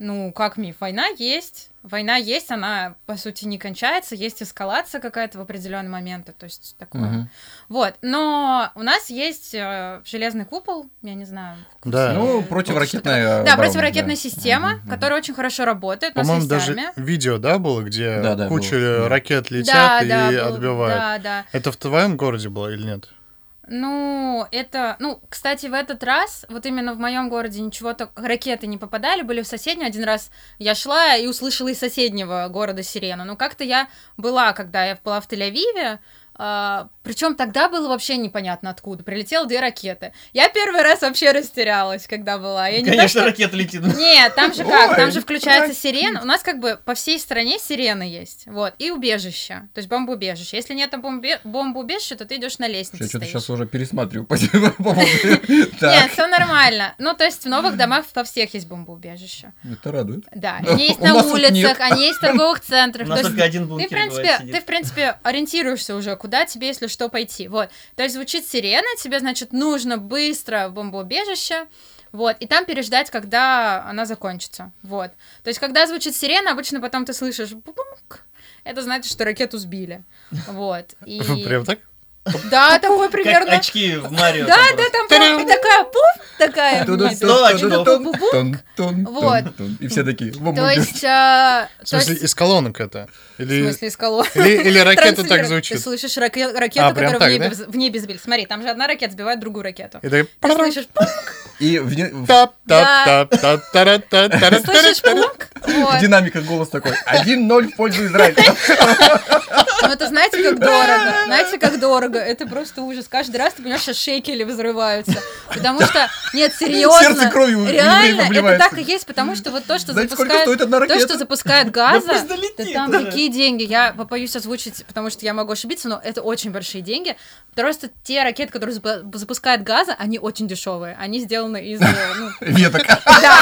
Ну, как миф? Война есть. Война есть, она, по сути, не кончается. Есть эскалация какая-то в определенный момент. То есть такое. Мгм. Вот. Но у нас есть э, железный купол, я не знаю. Да. Ну, противоракетная Да, оборона, противоракетная Э, да. система, Мгм, мгм. которая очень хорошо работает. У нас По-моему, есть даже армия. видео, да, было, где Да, да, куча было. ракет Да, летят да, и был- отбивают. Да, да. Это в твоем городе было или нет? Ну, это, ну, кстати, в этот раз, вот именно в моем городе ничего так, ракеты не попадали, были в соседнем. Один раз я шла и услышала из соседнего города сирену. Но как-то я была, когда я была в Тель-Авиве, причем тогда было вообще непонятно откуда. Прилетело две ракеты. Я первый раз вообще растерялась, когда была. Я не то, Конечно, что- ракета летит. Нет, там же как, Ой, там же включается сирена. У нас как бы по всей стране сирены есть, вот, и убежище, то есть бомбоубежище. Если нет там бомбе- бомбоубежища, то ты идешь на лестницу Я что-то стоишь. сейчас уже пересматриваю по поводу. Нет, Так, все нормально. Ну, то есть в новых домах во всех есть бомбоубежище. это радует. Да, Да, они есть у на нас тут улицах, нет. они есть в торговых У центрах. нас То только есть один ты, в бункер принципе, бывает ты, в сидит. принципе, ориентируешься уже, куда тебе, если что, пойти. Вот. То есть звучит сирена, тебе, значит, нужно быстро в бомбоубежище, вот, и там переждать, когда она закончится. Вот. То есть, когда звучит сирена, обычно потом ты слышишь «бум-бум-к». это значит, что ракету сбили. Вот. И... Прям так? Да, такое Как примерно. очки в Марио. Да, там да, просто. там прям такая пуф, такая. Ту-ду-ду. Ну, Сто очков. это бу-бу-бу. Тун, тун, тун, Вот. тун. И все такие. «Бум, То бум, есть, а, В то смысле, есть- из колонок это? в Или... смысле, из колонны. Или, или ракета так Транслирует. Ты звучит? слышишь раке- ракету, А, прям которая так, в, небе, да? вз- в небе сбили. Смотри, там же одна ракета сбивает другую ракету. И так... Ты слышишь пук, И в не- в- тап, Да. тап, тап, та, тара, та, тара, слышишь тара, пук. и Вот. динамика голос такой. 1-0 в пользу Израиля. Но Ну, это знаете, как дорого. Знаете, как дорого. Это просто ужас. Каждый раз ты понимаешь, сейчас шекели взрываются. Потому что, нет, серьезно. Сердце кровью у евреев Реально, это обливается. так и есть, потому что вот то, что Знаете, сколько запускают... стоит одна То, что ракета? запускает газа, пусть да долетит там уже. такие деньги. Я побоюсь озвучить, потому что я могу ошибиться, но это очень большие деньги. Просто те ракеты, которые запу- запускает газа, они очень дешевые. Они сделаны из... э, ну, Веток. да,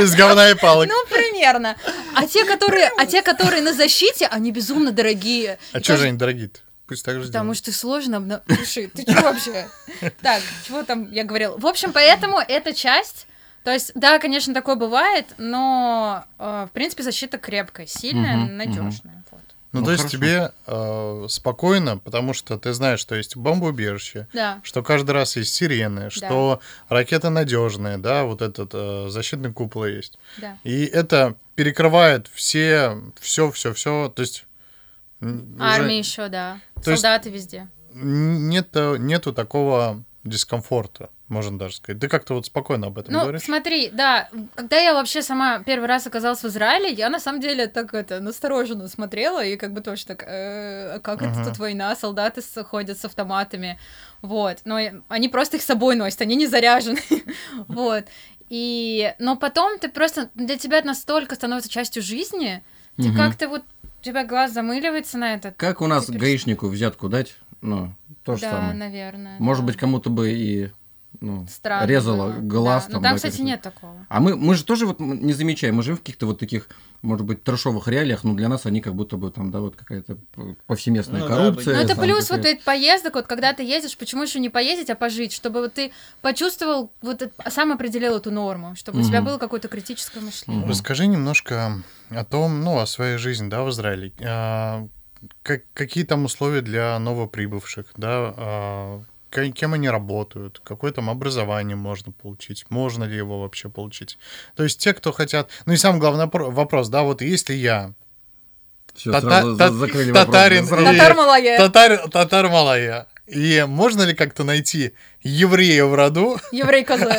Из говна и палок. ну, примерно. А те, которые, а те, которые на защите, они безумно дорогие. А И чё кажд- же они дорогие-то? Пусть так же Потому сделают. что сложно обна- Слушай, ты чё вообще? Так, чего там я говорила? В общем, поэтому эта часть... То есть, да, конечно, такое бывает, но, э, в принципе, защита крепкая, сильная, Мгм, надежная. Вот. Ну, Ну, то есть хорошо. тебе э, спокойно, потому что ты знаешь, что есть бомбоубежище, Да. что каждый раз есть сирены, что ракета надежная, да, вот этот э, защитный купол есть. Да. И это перекрывает все, все, все, все, то есть... м, уже Армия еще, да. То есть- Солдаты везде. н- Нет, э, нету такого дискомфорта, можно даже сказать. Ты как-то вот спокойно об этом Ну, говоришь. смотри, да, когда я вообще сама первый раз оказалась в Израиле, я на самом деле так это настороженно смотрела и как бы тоже так, «Э, а как это Мгм. тут война, солдаты с- ходят с автоматами, вот, но и- они просто их с собой носят, они не заряжены, вот, и, но потом ты просто, для тебя это настолько становится частью жизни, ты Мгм. как-то вот, у тебя глаз замыливается на это, Как у нас Ты перес- гаишнику взятку дать? Ну, то же да, самое. наверное. Может да. быть, кому-то бы и ну, Странно резало было. глаз. Да, там, но там, да, кстати, как-то. нет такого. А мы, мы же тоже вот м, не замечаем, мы живем в каких-то вот таких, может быть, трешовых реалиях, но для нас они как будто бы там, да, вот какая-то п- повсеместная Ну да, коррупция. Ну, Ну, это там плюс какая- вот этот поездок, вот когда ты ездишь, почему еще не поездить, а пожить, чтобы вот ты почувствовал, вот это- сам определил эту норму, чтобы у тебя Мгм. было какое-то критическое мышление. Мгм. Расскажи немножко о том, ну, о своей жизни, да, в Израиле. А, как- какие там условия для новоприбывших, да? а, ке- кем они работают? Какое там образование можно получить? Можно ли его вообще получить? То есть те, кто хотят... Ну и самый главный опро- вопрос, да, вот если я Всё, тата- сразу за- та- закрыли вопрос. татарин Сразу- и- Татар малая, татар, татар малая, и можно ли как-то найти еврея в роду, еврей коза.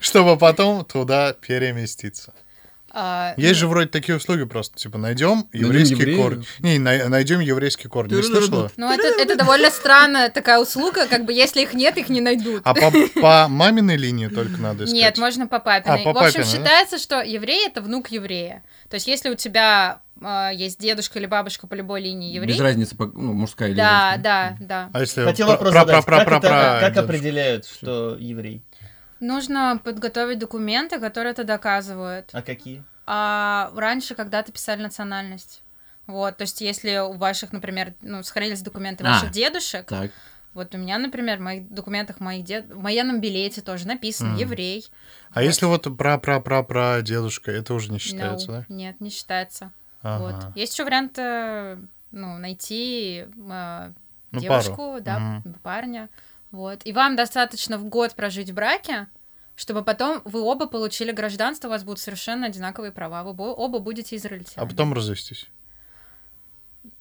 чтобы потом туда переместиться? а, Есть же вроде такие услуги просто, типа, найдем Найдём еврейский евреев. корень. Не, най- найдем еврейский корень. Не слышала? Ну, это, это довольно странная такая услуга, как бы если их нет, их не найдут. А по, по маминой линии только надо искать? Нет, можно по папиной. А, по В общем, папиной, да? считается, что еврей это внук еврея. То есть, если у тебя э, есть дедушка или бабушка по любой линии еврей. Без разницы, по- ну, мужская или да, женская. да, да. А если Хотел пра- вопрос пра- задать. пра- Как, пра- это- пра- как дедушка? определяют, что еврей? Нужно подготовить документы, которые это доказывают. А какие? А раньше когда-то писали национальность. Вот, то есть, если у ваших, например, ну, сохранились документы А. ваших дедушек, Так. вот у меня, например, в моих документах моих дед... в военном билете тоже написано Мгм. еврей. А если вот пра-пра-пра-пра дедушка, это уже не считается, No. да? Нет, не считается. Ага. Ну, Вот. Есть еще вариант э, ну, найти э, Ну, девушку, пару. да, Мгм. парня. Вот. И вам достаточно в год прожить в браке, чтобы потом вы оба получили гражданство, у вас будут совершенно одинаковые права, вы бо- оба будете израильтянами. А потом развестись.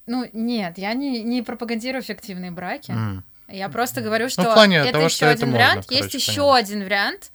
Ну, нет, я не, не пропагандирую фиктивные браки. М. Я просто Ну, говорю, что в плане это того, еще что это один можно, вариант. короче, Есть еще понятно. один вариант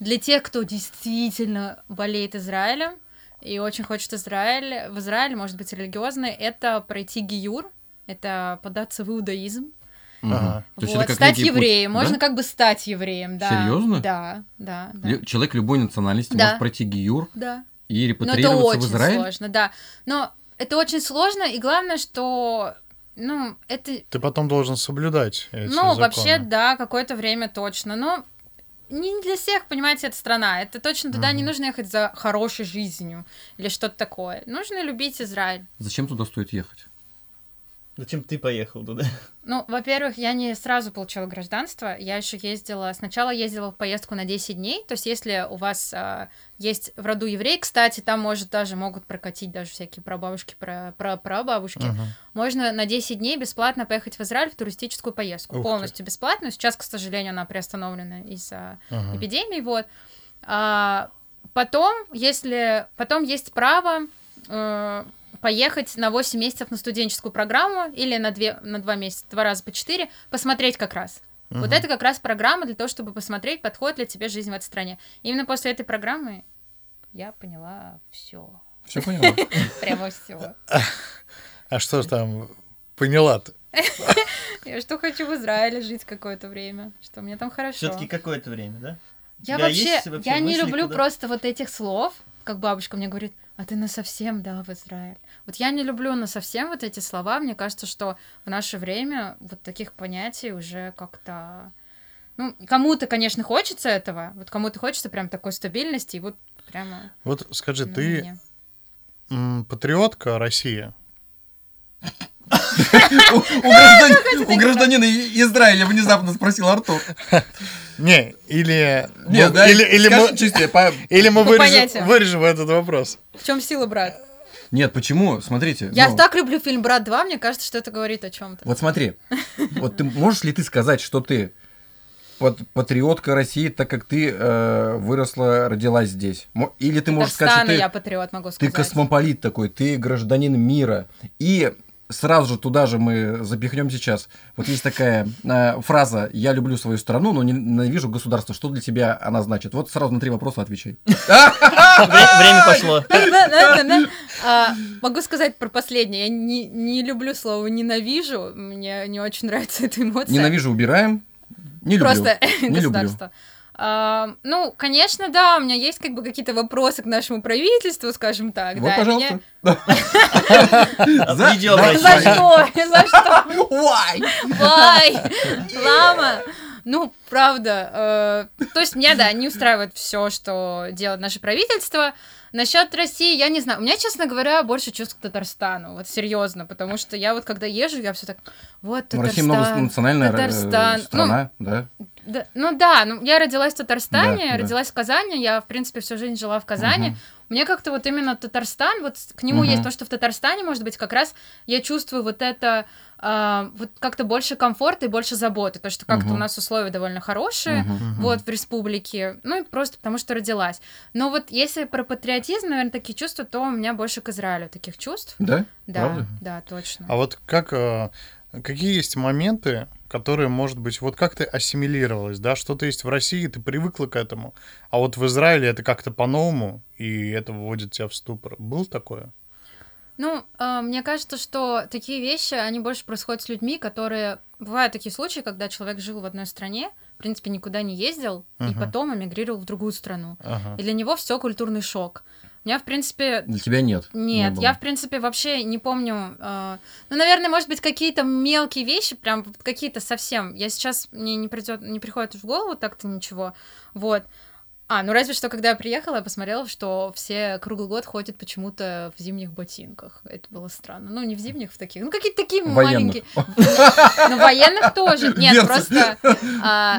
для тех, кто действительно болеет Израилем и очень хочет Израиль, в Израиле, может быть, религиозный, это пройти гиюр, это податься в иудаизм. Мгм. Ага. То есть вот, это как стать некий путь, евреем, да? можно как бы стать евреем, да. Серьёзно? Да, да, да. Лю- Человек любой национальности Да. может пройти гиюр да. и Но это репатриироваться в очень Израиль. сложно, да. Но это очень сложно, и главное, что, ну, это Ты потом должен соблюдать эти Ну, законы. вообще, да, какое-то время точно. Но не для всех, понимаете, это страна. Это точно туда не Мгм. нужно ехать за хорошей жизнью или что-то такое. Нужно любить Израиль. Зачем туда стоит ехать? Зачем ты поехал туда? Ну, во-первых, я не сразу получила гражданство. Я еще ездила... Сначала ездила в поездку на 10 дней. То есть, если у вас а, есть в роду еврей, кстати, там, может, даже могут прокатить даже всякие прабабушки, пра- пра- прабабушки. Мгм. Можно на 10 дней бесплатно поехать в Израиль в туристическую поездку. Ух ты. полностью бесплатно. Сейчас, к сожалению, она приостановлена из-за Ага. эпидемии, вот. А потом, если... Потом есть право э, поехать на 8 месяцев на студенческую программу или на, 2, на 2 месяца, два раза по 4, посмотреть как раз. Вот Мгм. это как раз программа для того, чтобы посмотреть, подходит ли тебе жизнь в этой стране. Именно после этой программы я поняла все. Все поняла. Прямо все. А что ж там поняла ты? Я что хочу в Израиле жить какое-то время, что мне там хорошо. Все-таки какое-то время, да? У Я тебя вообще, есть вообще я не мысли, люблю куда- просто вот этих слов, как бабушка мне говорит, а ты насовсем, да, в Израиль. Вот я не люблю насовсем вот эти слова, мне кажется, что в наше время вот таких понятий уже как-то... Ну, кому-то, конечно, хочется этого, вот кому-то хочется прям такой стабильности, и вот прямо... Вот скажи, на ты мне. м, патриотка России? У граждан- у гражданина И- Израиля внезапно спросил Артур. Не, или... Не, мы- да, или, или скажем мы, честнее, по- или мы По вырежем, понятиям. вырежем этот вопрос. В чем сила, брат? Нет, почему? Смотрите. Я ну, так люблю фильм Брат 2, мне кажется, что это говорит о чем-то. Вот смотри. Вот ты можешь ли ты сказать, что ты пат- патриотка России, так как ты э, выросла, родилась здесь? Мо- Или ты можешь сказать, что Казахстана ты... я патриот, могу Ты сказать. космополит такой, ты гражданин мира. И сразу же туда же мы запихнем сейчас. Вот есть такая э, фраза «Я люблю свою страну, но ненавижу государство». Что для тебя она значит? Вот сразу на три вопроса отвечай. Вре- Время пошло. Да-да-да-да-да. А, Могу сказать про последнее. Я не, не люблю слово ненавижу. Мне не очень нравится эта эмоция. Ненавижу убираем, не люблю. Просто люблю. государство. А, ну, конечно, да, у меня есть как бы какие-то вопросы к нашему правительству, скажем так. Вот, да, пожалуйста. меня- За- Видео давай, обращение. За что? За что? Why? Вай! Лама! Ну, правда. э, то есть меня, да, не устраивает все, что делает наше правительство. Насчет России, я не знаю. У меня, честно говоря, больше чувств к Татарстану. Вот серьезно, потому что я вот когда езжу, я все так. Вот Ну, Татарстан. Россия многонациональная э, Татарстан. Ну, страна, да. да- ну да, ну я родилась в Татарстане, Да, да. родилась в Казани, я, в принципе, всю жизнь жила в Казани. Мгм. Мне как-то вот именно Татарстан, вот с- к нему Мгм. есть то, что в Татарстане, может быть, как раз я чувствую вот это, а, вот как-то больше комфорта и больше заботы, потому что как-то Мгм. у нас условия довольно хорошие, Мгм. вот, в республике, ну и просто потому что родилась. Но вот если про патриотизм, наверное, такие чувства, то у меня больше к Израилю таких чувств. Да? Да, Правда? да, точно. А вот как э, Какие есть моменты, которые, может быть, вот как ты ассимилировалась, да, что-то есть в России, ты привыкла к этому, а вот в Израиле это как-то по-новому, и это вводит тебя в ступор. Было такое? Ну, э, мне кажется, что такие вещи, они больше происходят с людьми, которые... Бывают такие случаи, когда человек жил в одной стране, в принципе, никуда не ездил, и Мгм. потом эмигрировал в другую страну. Ага. И для него все культурный шок. У меня, в принципе, Для тебя нет. не нет, было. я, в принципе, вообще не помню. э, ну, наверное, может быть, какие-то мелкие вещи, прям вот какие-то совсем. Я сейчас, мне не, придет, не приходит в голову так-то ничего. Вот. А, ну разве что, когда я приехала, я посмотрела, что все круглый год ходят почему-то в зимних ботинках. Это было странно. Ну, не в зимних, в таких. Ну, какие-то такие Военных. маленькие. Ну, военных тоже. Нет, Берцы. просто... а,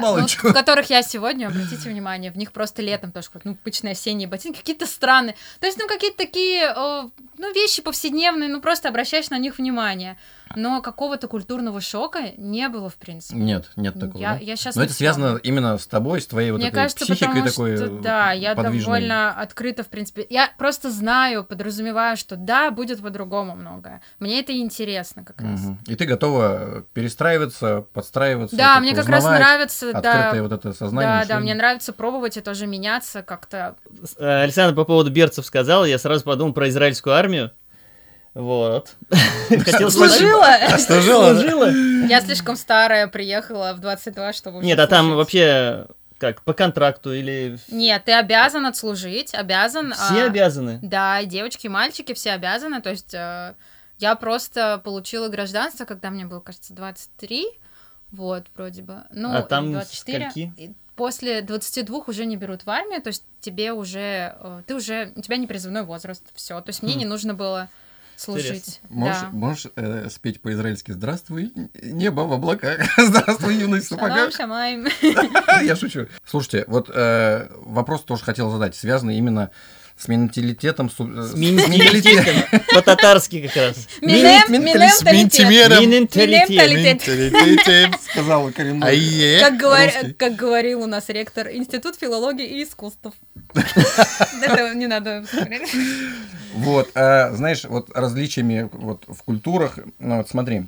Мало ну, чего. В которых я сегодня, обратите внимание, в них просто летом тоже ходят. Ну, обычные осенние ботинки, какие-то странные. То есть, ну, какие-то такие, э, ну, вещи повседневные, ну, просто обращаешь на них внимание. Но какого-то культурного шока не было, в принципе. Нет, нет такого. я, да? я сейчас Но это связано именно с тобой, с твоей вот Мне этой кажется, психикой потому такой что э, да, я подвижной. довольно открыта, в принципе. Я просто знаю, подразумеваю, что да, будет по-другому многое. Мне это интересно как раз. Мгм. И ты готова перестраиваться, подстраиваться. Да, как-то мне как раз узнавать, нравится, да, Открытое вот это сознание. да, да, мне мышление. нравится пробовать и тоже меняться как-то. С- э, Александр по поводу берцев сказал, я сразу подумал про израильскую армию. Вот. Хотел сказать- А Служила, да? Служила? Я слишком старая, приехала в 22, чтобы... а, уже Нет, а там служить. вообще как, по контракту или... Нет, ты обязан отслужить, обязан... Все а, обязаны. Да, и девочки, и мальчики, все обязаны. То есть э, я просто получила гражданство, когда мне было, кажется, 23. Вот, вроде бы. Ну, А или там 24. скольки? И после 22 уже не берут в армию, то есть тебе уже... э, Ты уже... У тебя не призывной возраст, все. То есть Хм. мне не нужно было служить. Можешь, Да. можешь, э, спеть по-израильски «Здравствуй, небо в облаках, здравствуй, юность в Шалом, сапогах». шамаем. Я шучу. Слушайте, вот э, вопрос тоже хотел задать, связанный именно с менталитетом... су- э, С менталитетом. По-татарски как раз. Минем, минем, С ментимером. Менталитет. Менталитет. Сказала а коренной. Ае. Как, говор- русский. как говорил у нас ректор Институт филологии и искусств. Это не надо смотреть. Вот, а, знаешь, вот различиями вот в культурах, ну вот смотри,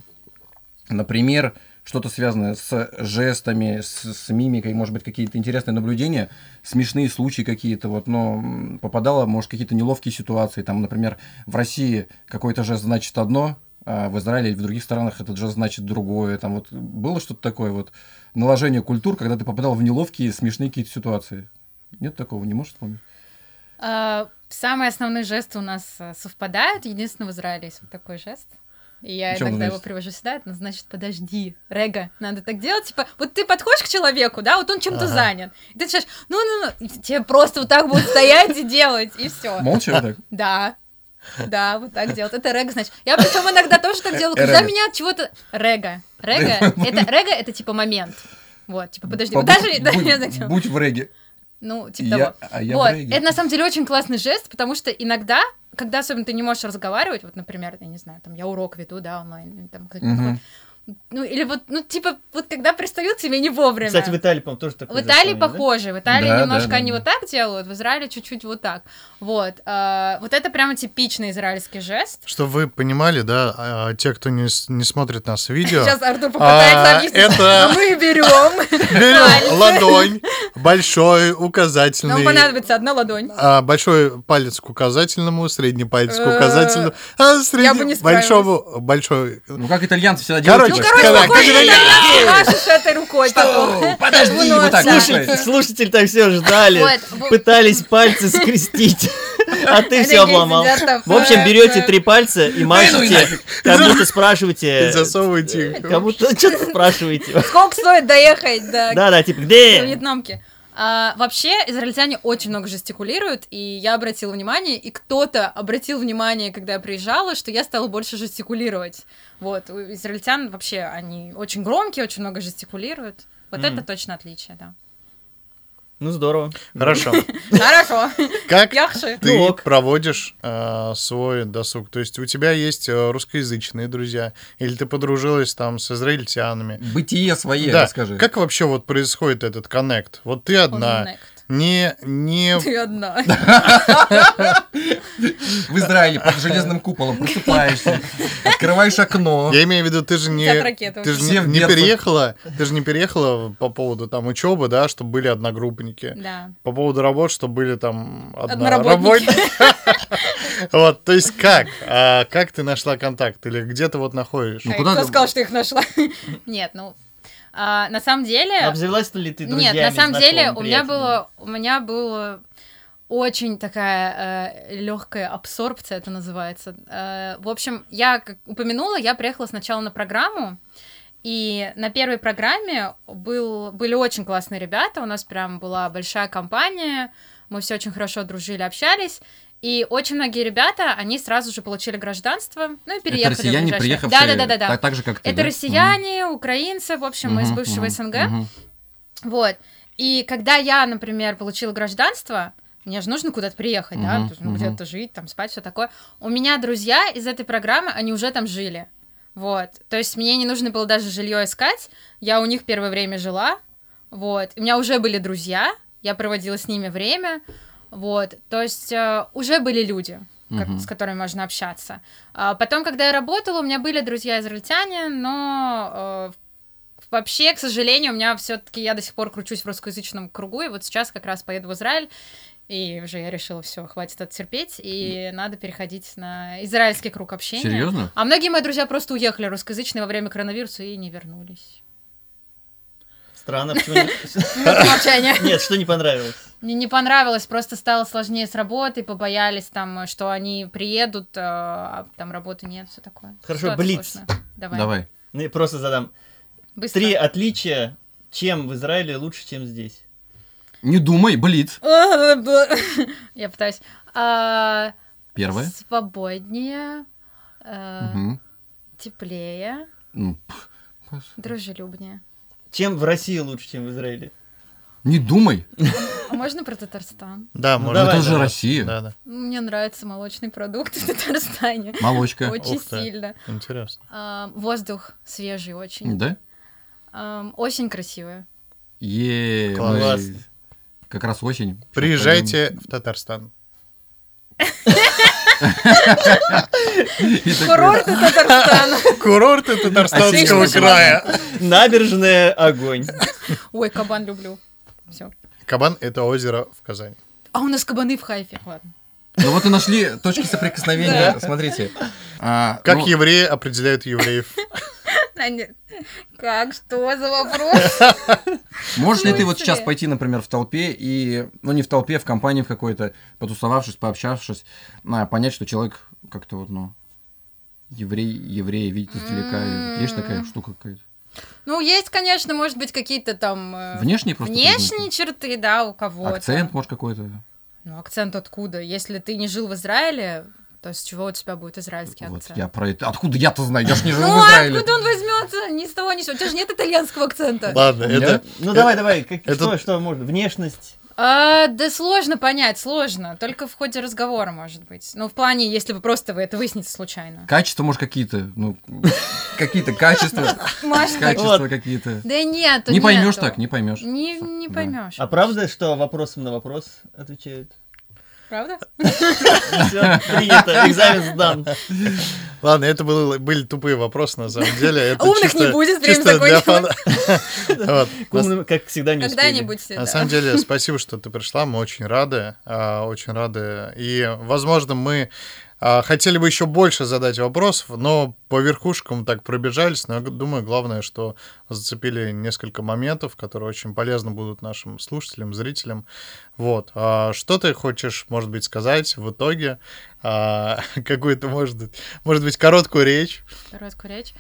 например, что-то связанное с жестами, с, с мимикой, может быть, какие-то интересные наблюдения, смешные случаи какие-то, вот, но м, попадало, может, какие-то неловкие ситуации, там, например, в России какой-то жест значит одно, а в Израиле или в других странах этот жест значит другое, там вот было что-то такое вот, наложение культур, когда ты попадал в неловкие, смешные какие-то ситуации? Нет такого, не можешь вспомнить? А, Самые основные жесты у нас а, совпадают. Единственное, в Израиле есть вот такой жест. И я Чё он иногда его значит? привожу сюда, это значит, подожди, Рега, надо так делать. Типа, вот ты подходишь к человеку, да, вот он чем-то Ага. занят. И ты начинаешь, ну, ну, ну, и тебе просто вот так будут стоять и делать, и все. Молча вот так? Да. Да, вот так делают. Это рега, значит. Я причем иногда тоже так делаю, когда Эрега. меня от чего-то... Рега. Рега. Это, рега — это типа момент. Вот, типа, подожди. Побудь- вот Даже... да, будь- я так делаю. будь в реге. Ну, типа Я, того. а я Вот. в реге. Это на самом деле очень классный жест, потому что иногда, когда особенно ты не можешь разговаривать, вот, например, я не знаю, там, я урок веду, да, онлайн, или там, как- Мгм. ну, или вот, ну, типа, вот когда пристают тебе не вовремя. Кстати, в Италии, по-моему, тоже такое. В Италии законе, да? похоже. В Италии Да, немножко да, да, они да. вот так делают, в Израиле чуть-чуть вот так. Вот. а, вот это прямо типичный израильский жест. Чтобы вы понимали, да, а, те, кто не, с- не смотрит нас в видео, Сейчас Артур попытается А, объяснить. это- Но Мы берем. берем пальцы. ладонь, большой Нам указательный, понадобится одна ладонь. а, большой палец к указательному, средний палец к Э, указательному, а бы не средний справилась. большому большой. Ну как итальянцы всегда Короче, делают? Ну, типа, короче, когда- какой когда- итальянский машешь этой рукой. такой. Подожди, в вот так, нос. слушай. Слушатель, слушатель так все ждали, Вот, вот. пытались пальцы скрестить, а ты все обломал. В общем, берете три пальца ну и машете, как будто спрашиваете, э, И засовывайте их. как будто что-то спрашиваете. Сколько стоит доехать до Да-да, типа, Э. до где? Вьетнамки? А, вообще, израильтяне очень много жестикулируют, и я обратила внимание, и кто-то обратил внимание, когда я приезжала, что я стала больше жестикулировать. Вот, у израильтян вообще, они очень громкие, очень много жестикулируют. Вот Мгм. это точно отличие, да. Ну, здорово. Хорошо. Хорошо, Как яхши. ты Ну ок. проводишь а, свой досуг? То есть у тебя есть э, русскоязычные друзья, или ты подружилась там с израильтянами? Бытие свое, да. расскажи. Как вообще вот происходит этот коннект? Вот ты одна, Connect. не, Ну, не Ты одна. В Израиле под железным куполом просыпаешься, открываешь окно. Я имею в виду, ты же не, Тебя в ракету ты же Все не, в не Беркут. переехала, ты же не переехала по поводу там учебы, да, чтобы были одногруппники. Да. По поводу работ, чтобы были там Одноработники. одноработники. Вот, то есть как? А Как ты нашла контакт? Или где ты вот находишь? Ну, Эй, куда Кто ты- сказал, что их нашла? Нет, ну... а, На самом деле... Обзавелась ли ты друзьями? Нет, на самом деле знакомыми, у меня приятелями? было, у меня было очень такая легкая абсорбция, это называется. Э, в общем, я как упомянула, я приехала сначала на программу, и на первой программе был, были очень классные ребята, у нас прям была большая компания, мы все очень хорошо дружили, общались. И очень многие ребята, они сразу же получили гражданство, ну и Это переехали. в россияне, ближайшие- приехавшие Да, да, да, да, да. Так, так же, как ты, Это да? россияне, украинцы, в общем, Мгм. из Мгм, бывшего мгм, СНГ. мгм. Вот. И когда я, например, получила гражданство, мне же нужно куда-то приехать, да, Мгм, то есть, ну, мгм. где-то жить, там спать, все такое. У меня друзья из этой программы, они уже там жили. Вот. То есть мне не нужно было даже жилье искать. Я у них первое время жила. Вот. У меня уже были друзья. Я проводила с ними время. Вот. То есть э, уже были люди, как- Мгм. с которыми можно общаться. А потом, когда я работала, у меня были друзья израильтяне, но э, Вообще, к сожалению, у меня все-таки я до сих пор кручусь в русскоязычном кругу, и вот сейчас как раз поеду в Израиль, и уже я решила, все, хватит это терпеть, и надо переходить на израильский круг общения. Серьезно? А многие мои друзья просто уехали русскоязычные во время коронавируса и не вернулись. Странно, почему... не- Минута молчания. Нет, что не понравилось? Мне не понравилось, просто стало сложнее с работой, побоялись там, что они приедут, э, а там работы нет, все такое. Хорошо, Что-то блиц. сложно. Давай. Давай. Ну, я просто задам. Быстро. Три отличия, чем в Израиле лучше, чем здесь. Не думай, блиц. Я пытаюсь. А, Первое. Свободнее, э, Мгм. теплее, Ну, пф, пос- дружелюбнее. Чем в России лучше, чем в Израиле? Не думай. А можно про Татарстан? Да, Ну, можно. давай, Это же давай. Россия. Да, да. Мне нравится молочный продукт в Татарстане. Молочка. Очень Ух ты. сильно. Интересно. А, Воздух свежий очень. Да? Ам, Осень красивая. Е, Класс. мы Как раз осень. Сейчас Приезжайте в Татарстан. пойдём. И такой, Курорты Татарстана. Курорты Татарстанского Отлично. края. Набережная огонь. Ой, кабан люблю. Все. Кабан — это озеро в Казани. А у нас кабаны в Хайфе. Ладно. Ну вот и нашли точки соприкосновения. Смотрите. А, Как ну, евреи определяют евреев? Да нет. Как? Что за вопрос? Можешь ли ты вот Мысли. сейчас пойти, например, в толпе и, ну не в толпе, в компании в какой-то, потусовавшись, пообщавшись, а, понять, что человек как-то вот, ну, еврей, еврея видит издалека. или вот Есть такая штука какая-то. Ну, есть, конечно, может быть, какие-то там... э, Внешний просто. Внешние черты, да, у кого-то. признак. Акцент, может, какой-то. Ну, акцент откуда? Если ты не жил в Израиле, то с чего у тебя будет израильский Вот акцент? я про это. Откуда я-то знаю? Я ж не живу Ну, в Израиле. откуда он возьмется? Ни с того, ни с сего. У тебя же нет итальянского акцента. Ладно, У меня? это... Ну давай, давай, как- Это- что, что можно? Внешность. А, да сложно понять, сложно. Только в ходе разговора, может быть. Ну, в плане, если вы просто вы это выясните случайно. Качества, может, какие-то, ну, какие-то качества, Маша, качества какие то да нет, Не поймешь так, не поймешь. Не, не Да. поймешь. А правда, что вопросом на вопрос отвечают? Правда? Все, принято, экзамен сдан. Ладно, это было- были тупые вопросы, на самом деле. Это Умных не чисто- будет, время чисто для закончилось. фан- Вот. К умным, Как всегда, не успели. Когда-нибудь. На да. самом деле, спасибо, что ты пришла. Мы очень рады. а, Очень рады. И, возможно, мы а, хотели бы еще больше задать вопросов, но по верхушкам так пробежались. Но я г- думаю, главное, что зацепили несколько моментов, которые очень полезны будут нашим слушателям, зрителям. Вот. А, Что ты хочешь, может быть, сказать в итоге? А, Какую-то, может быть, может быть, короткую речь? короткую речь.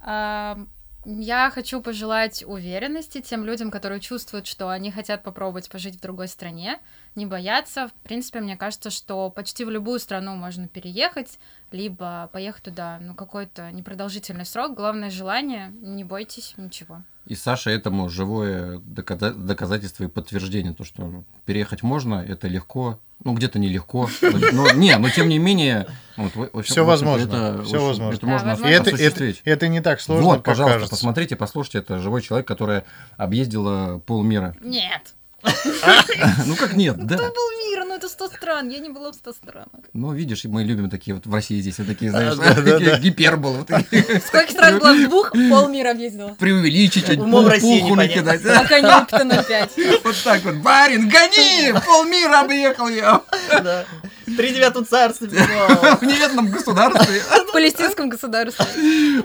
Ам, Я хочу пожелать уверенности тем людям, которые чувствуют, что они хотят попробовать пожить в другой стране, не бояться. В принципе, мне кажется, что почти в любую страну можно переехать, либо поехать туда, ну, какой-то непродолжительный срок. Главное желание, не бойтесь ничего. И Саша этому живое доказа- доказательство и подтверждение, то, что переехать можно, это легко, ну где-то нелегко, но не, но тем не менее, вот, в- в общем- Всё в общем-то, возможно, это всё очень- возможно. это Да, можно возможно. И это, это, осуществить. это не так сложно, А, вот, как пожалуйста, кажется. посмотрите, послушайте, это живой человек, который объездила полмира. Нет! Ну как нет, да. Это был мир, ну это 100 стран, я не была в 100 странах. Ну, видишь, мы любим такие вот в России здесь, вот такие, знаешь, Да, да, да. такие гиперболы. вот такие. Сколько стран было? В двух полмира объездила. Преувеличить, чуть Умом России пуху непонятно. накидать. А конек-то на пять. Вот так вот. Барин, гони! Полмира объехал я Да. Три девятом царстве. в неведомом государстве. В палестинском государстве.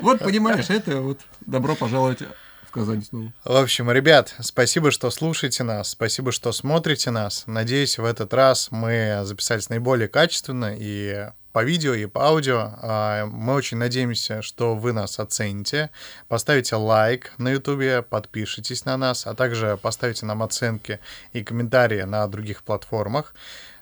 Вот, понимаешь, это вот добро пожаловать в Казань снова. В общем, ребят, спасибо, что слушаете нас, спасибо, что смотрите нас. Надеюсь, в этот раз мы записались наиболее качественно и по видео, и по аудио. А, Мы очень надеемся, что вы нас оцените. Поставите лайк на ютубе, подпишитесь на нас, а также поставите нам оценки и комментарии на других платформах.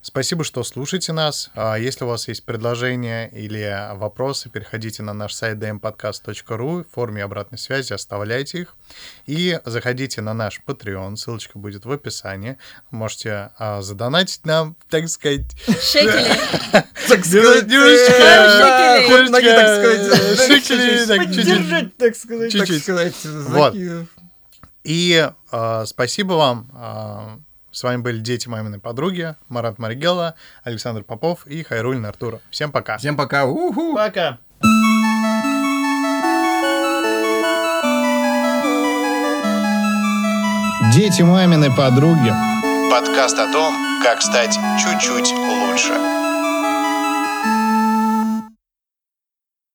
Спасибо, что слушаете нас. А Если у вас есть предложения или вопросы, переходите на наш сайт dmpodcast.ru в форме обратной связи, оставляйте их. И заходите на наш Patreon, ссылочка будет в описании. Можете а, задонатить нам, так сказать. Шекели. Так Шекели. Немножечко, Ноги, так сказать, шекели, э, так чуть-чуть. Поддержать, так сказать. Чуть- Чуть-чуть. Вот. И а, спасибо вам. А, с вами были дети маминой подруги, Марат Маригела, Александр Попов и Хайруль Артура. Всем пока. Всем пока. Уху. Пока. Дети мамины подруги. Подкаст о том, как стать чуть-чуть лучше.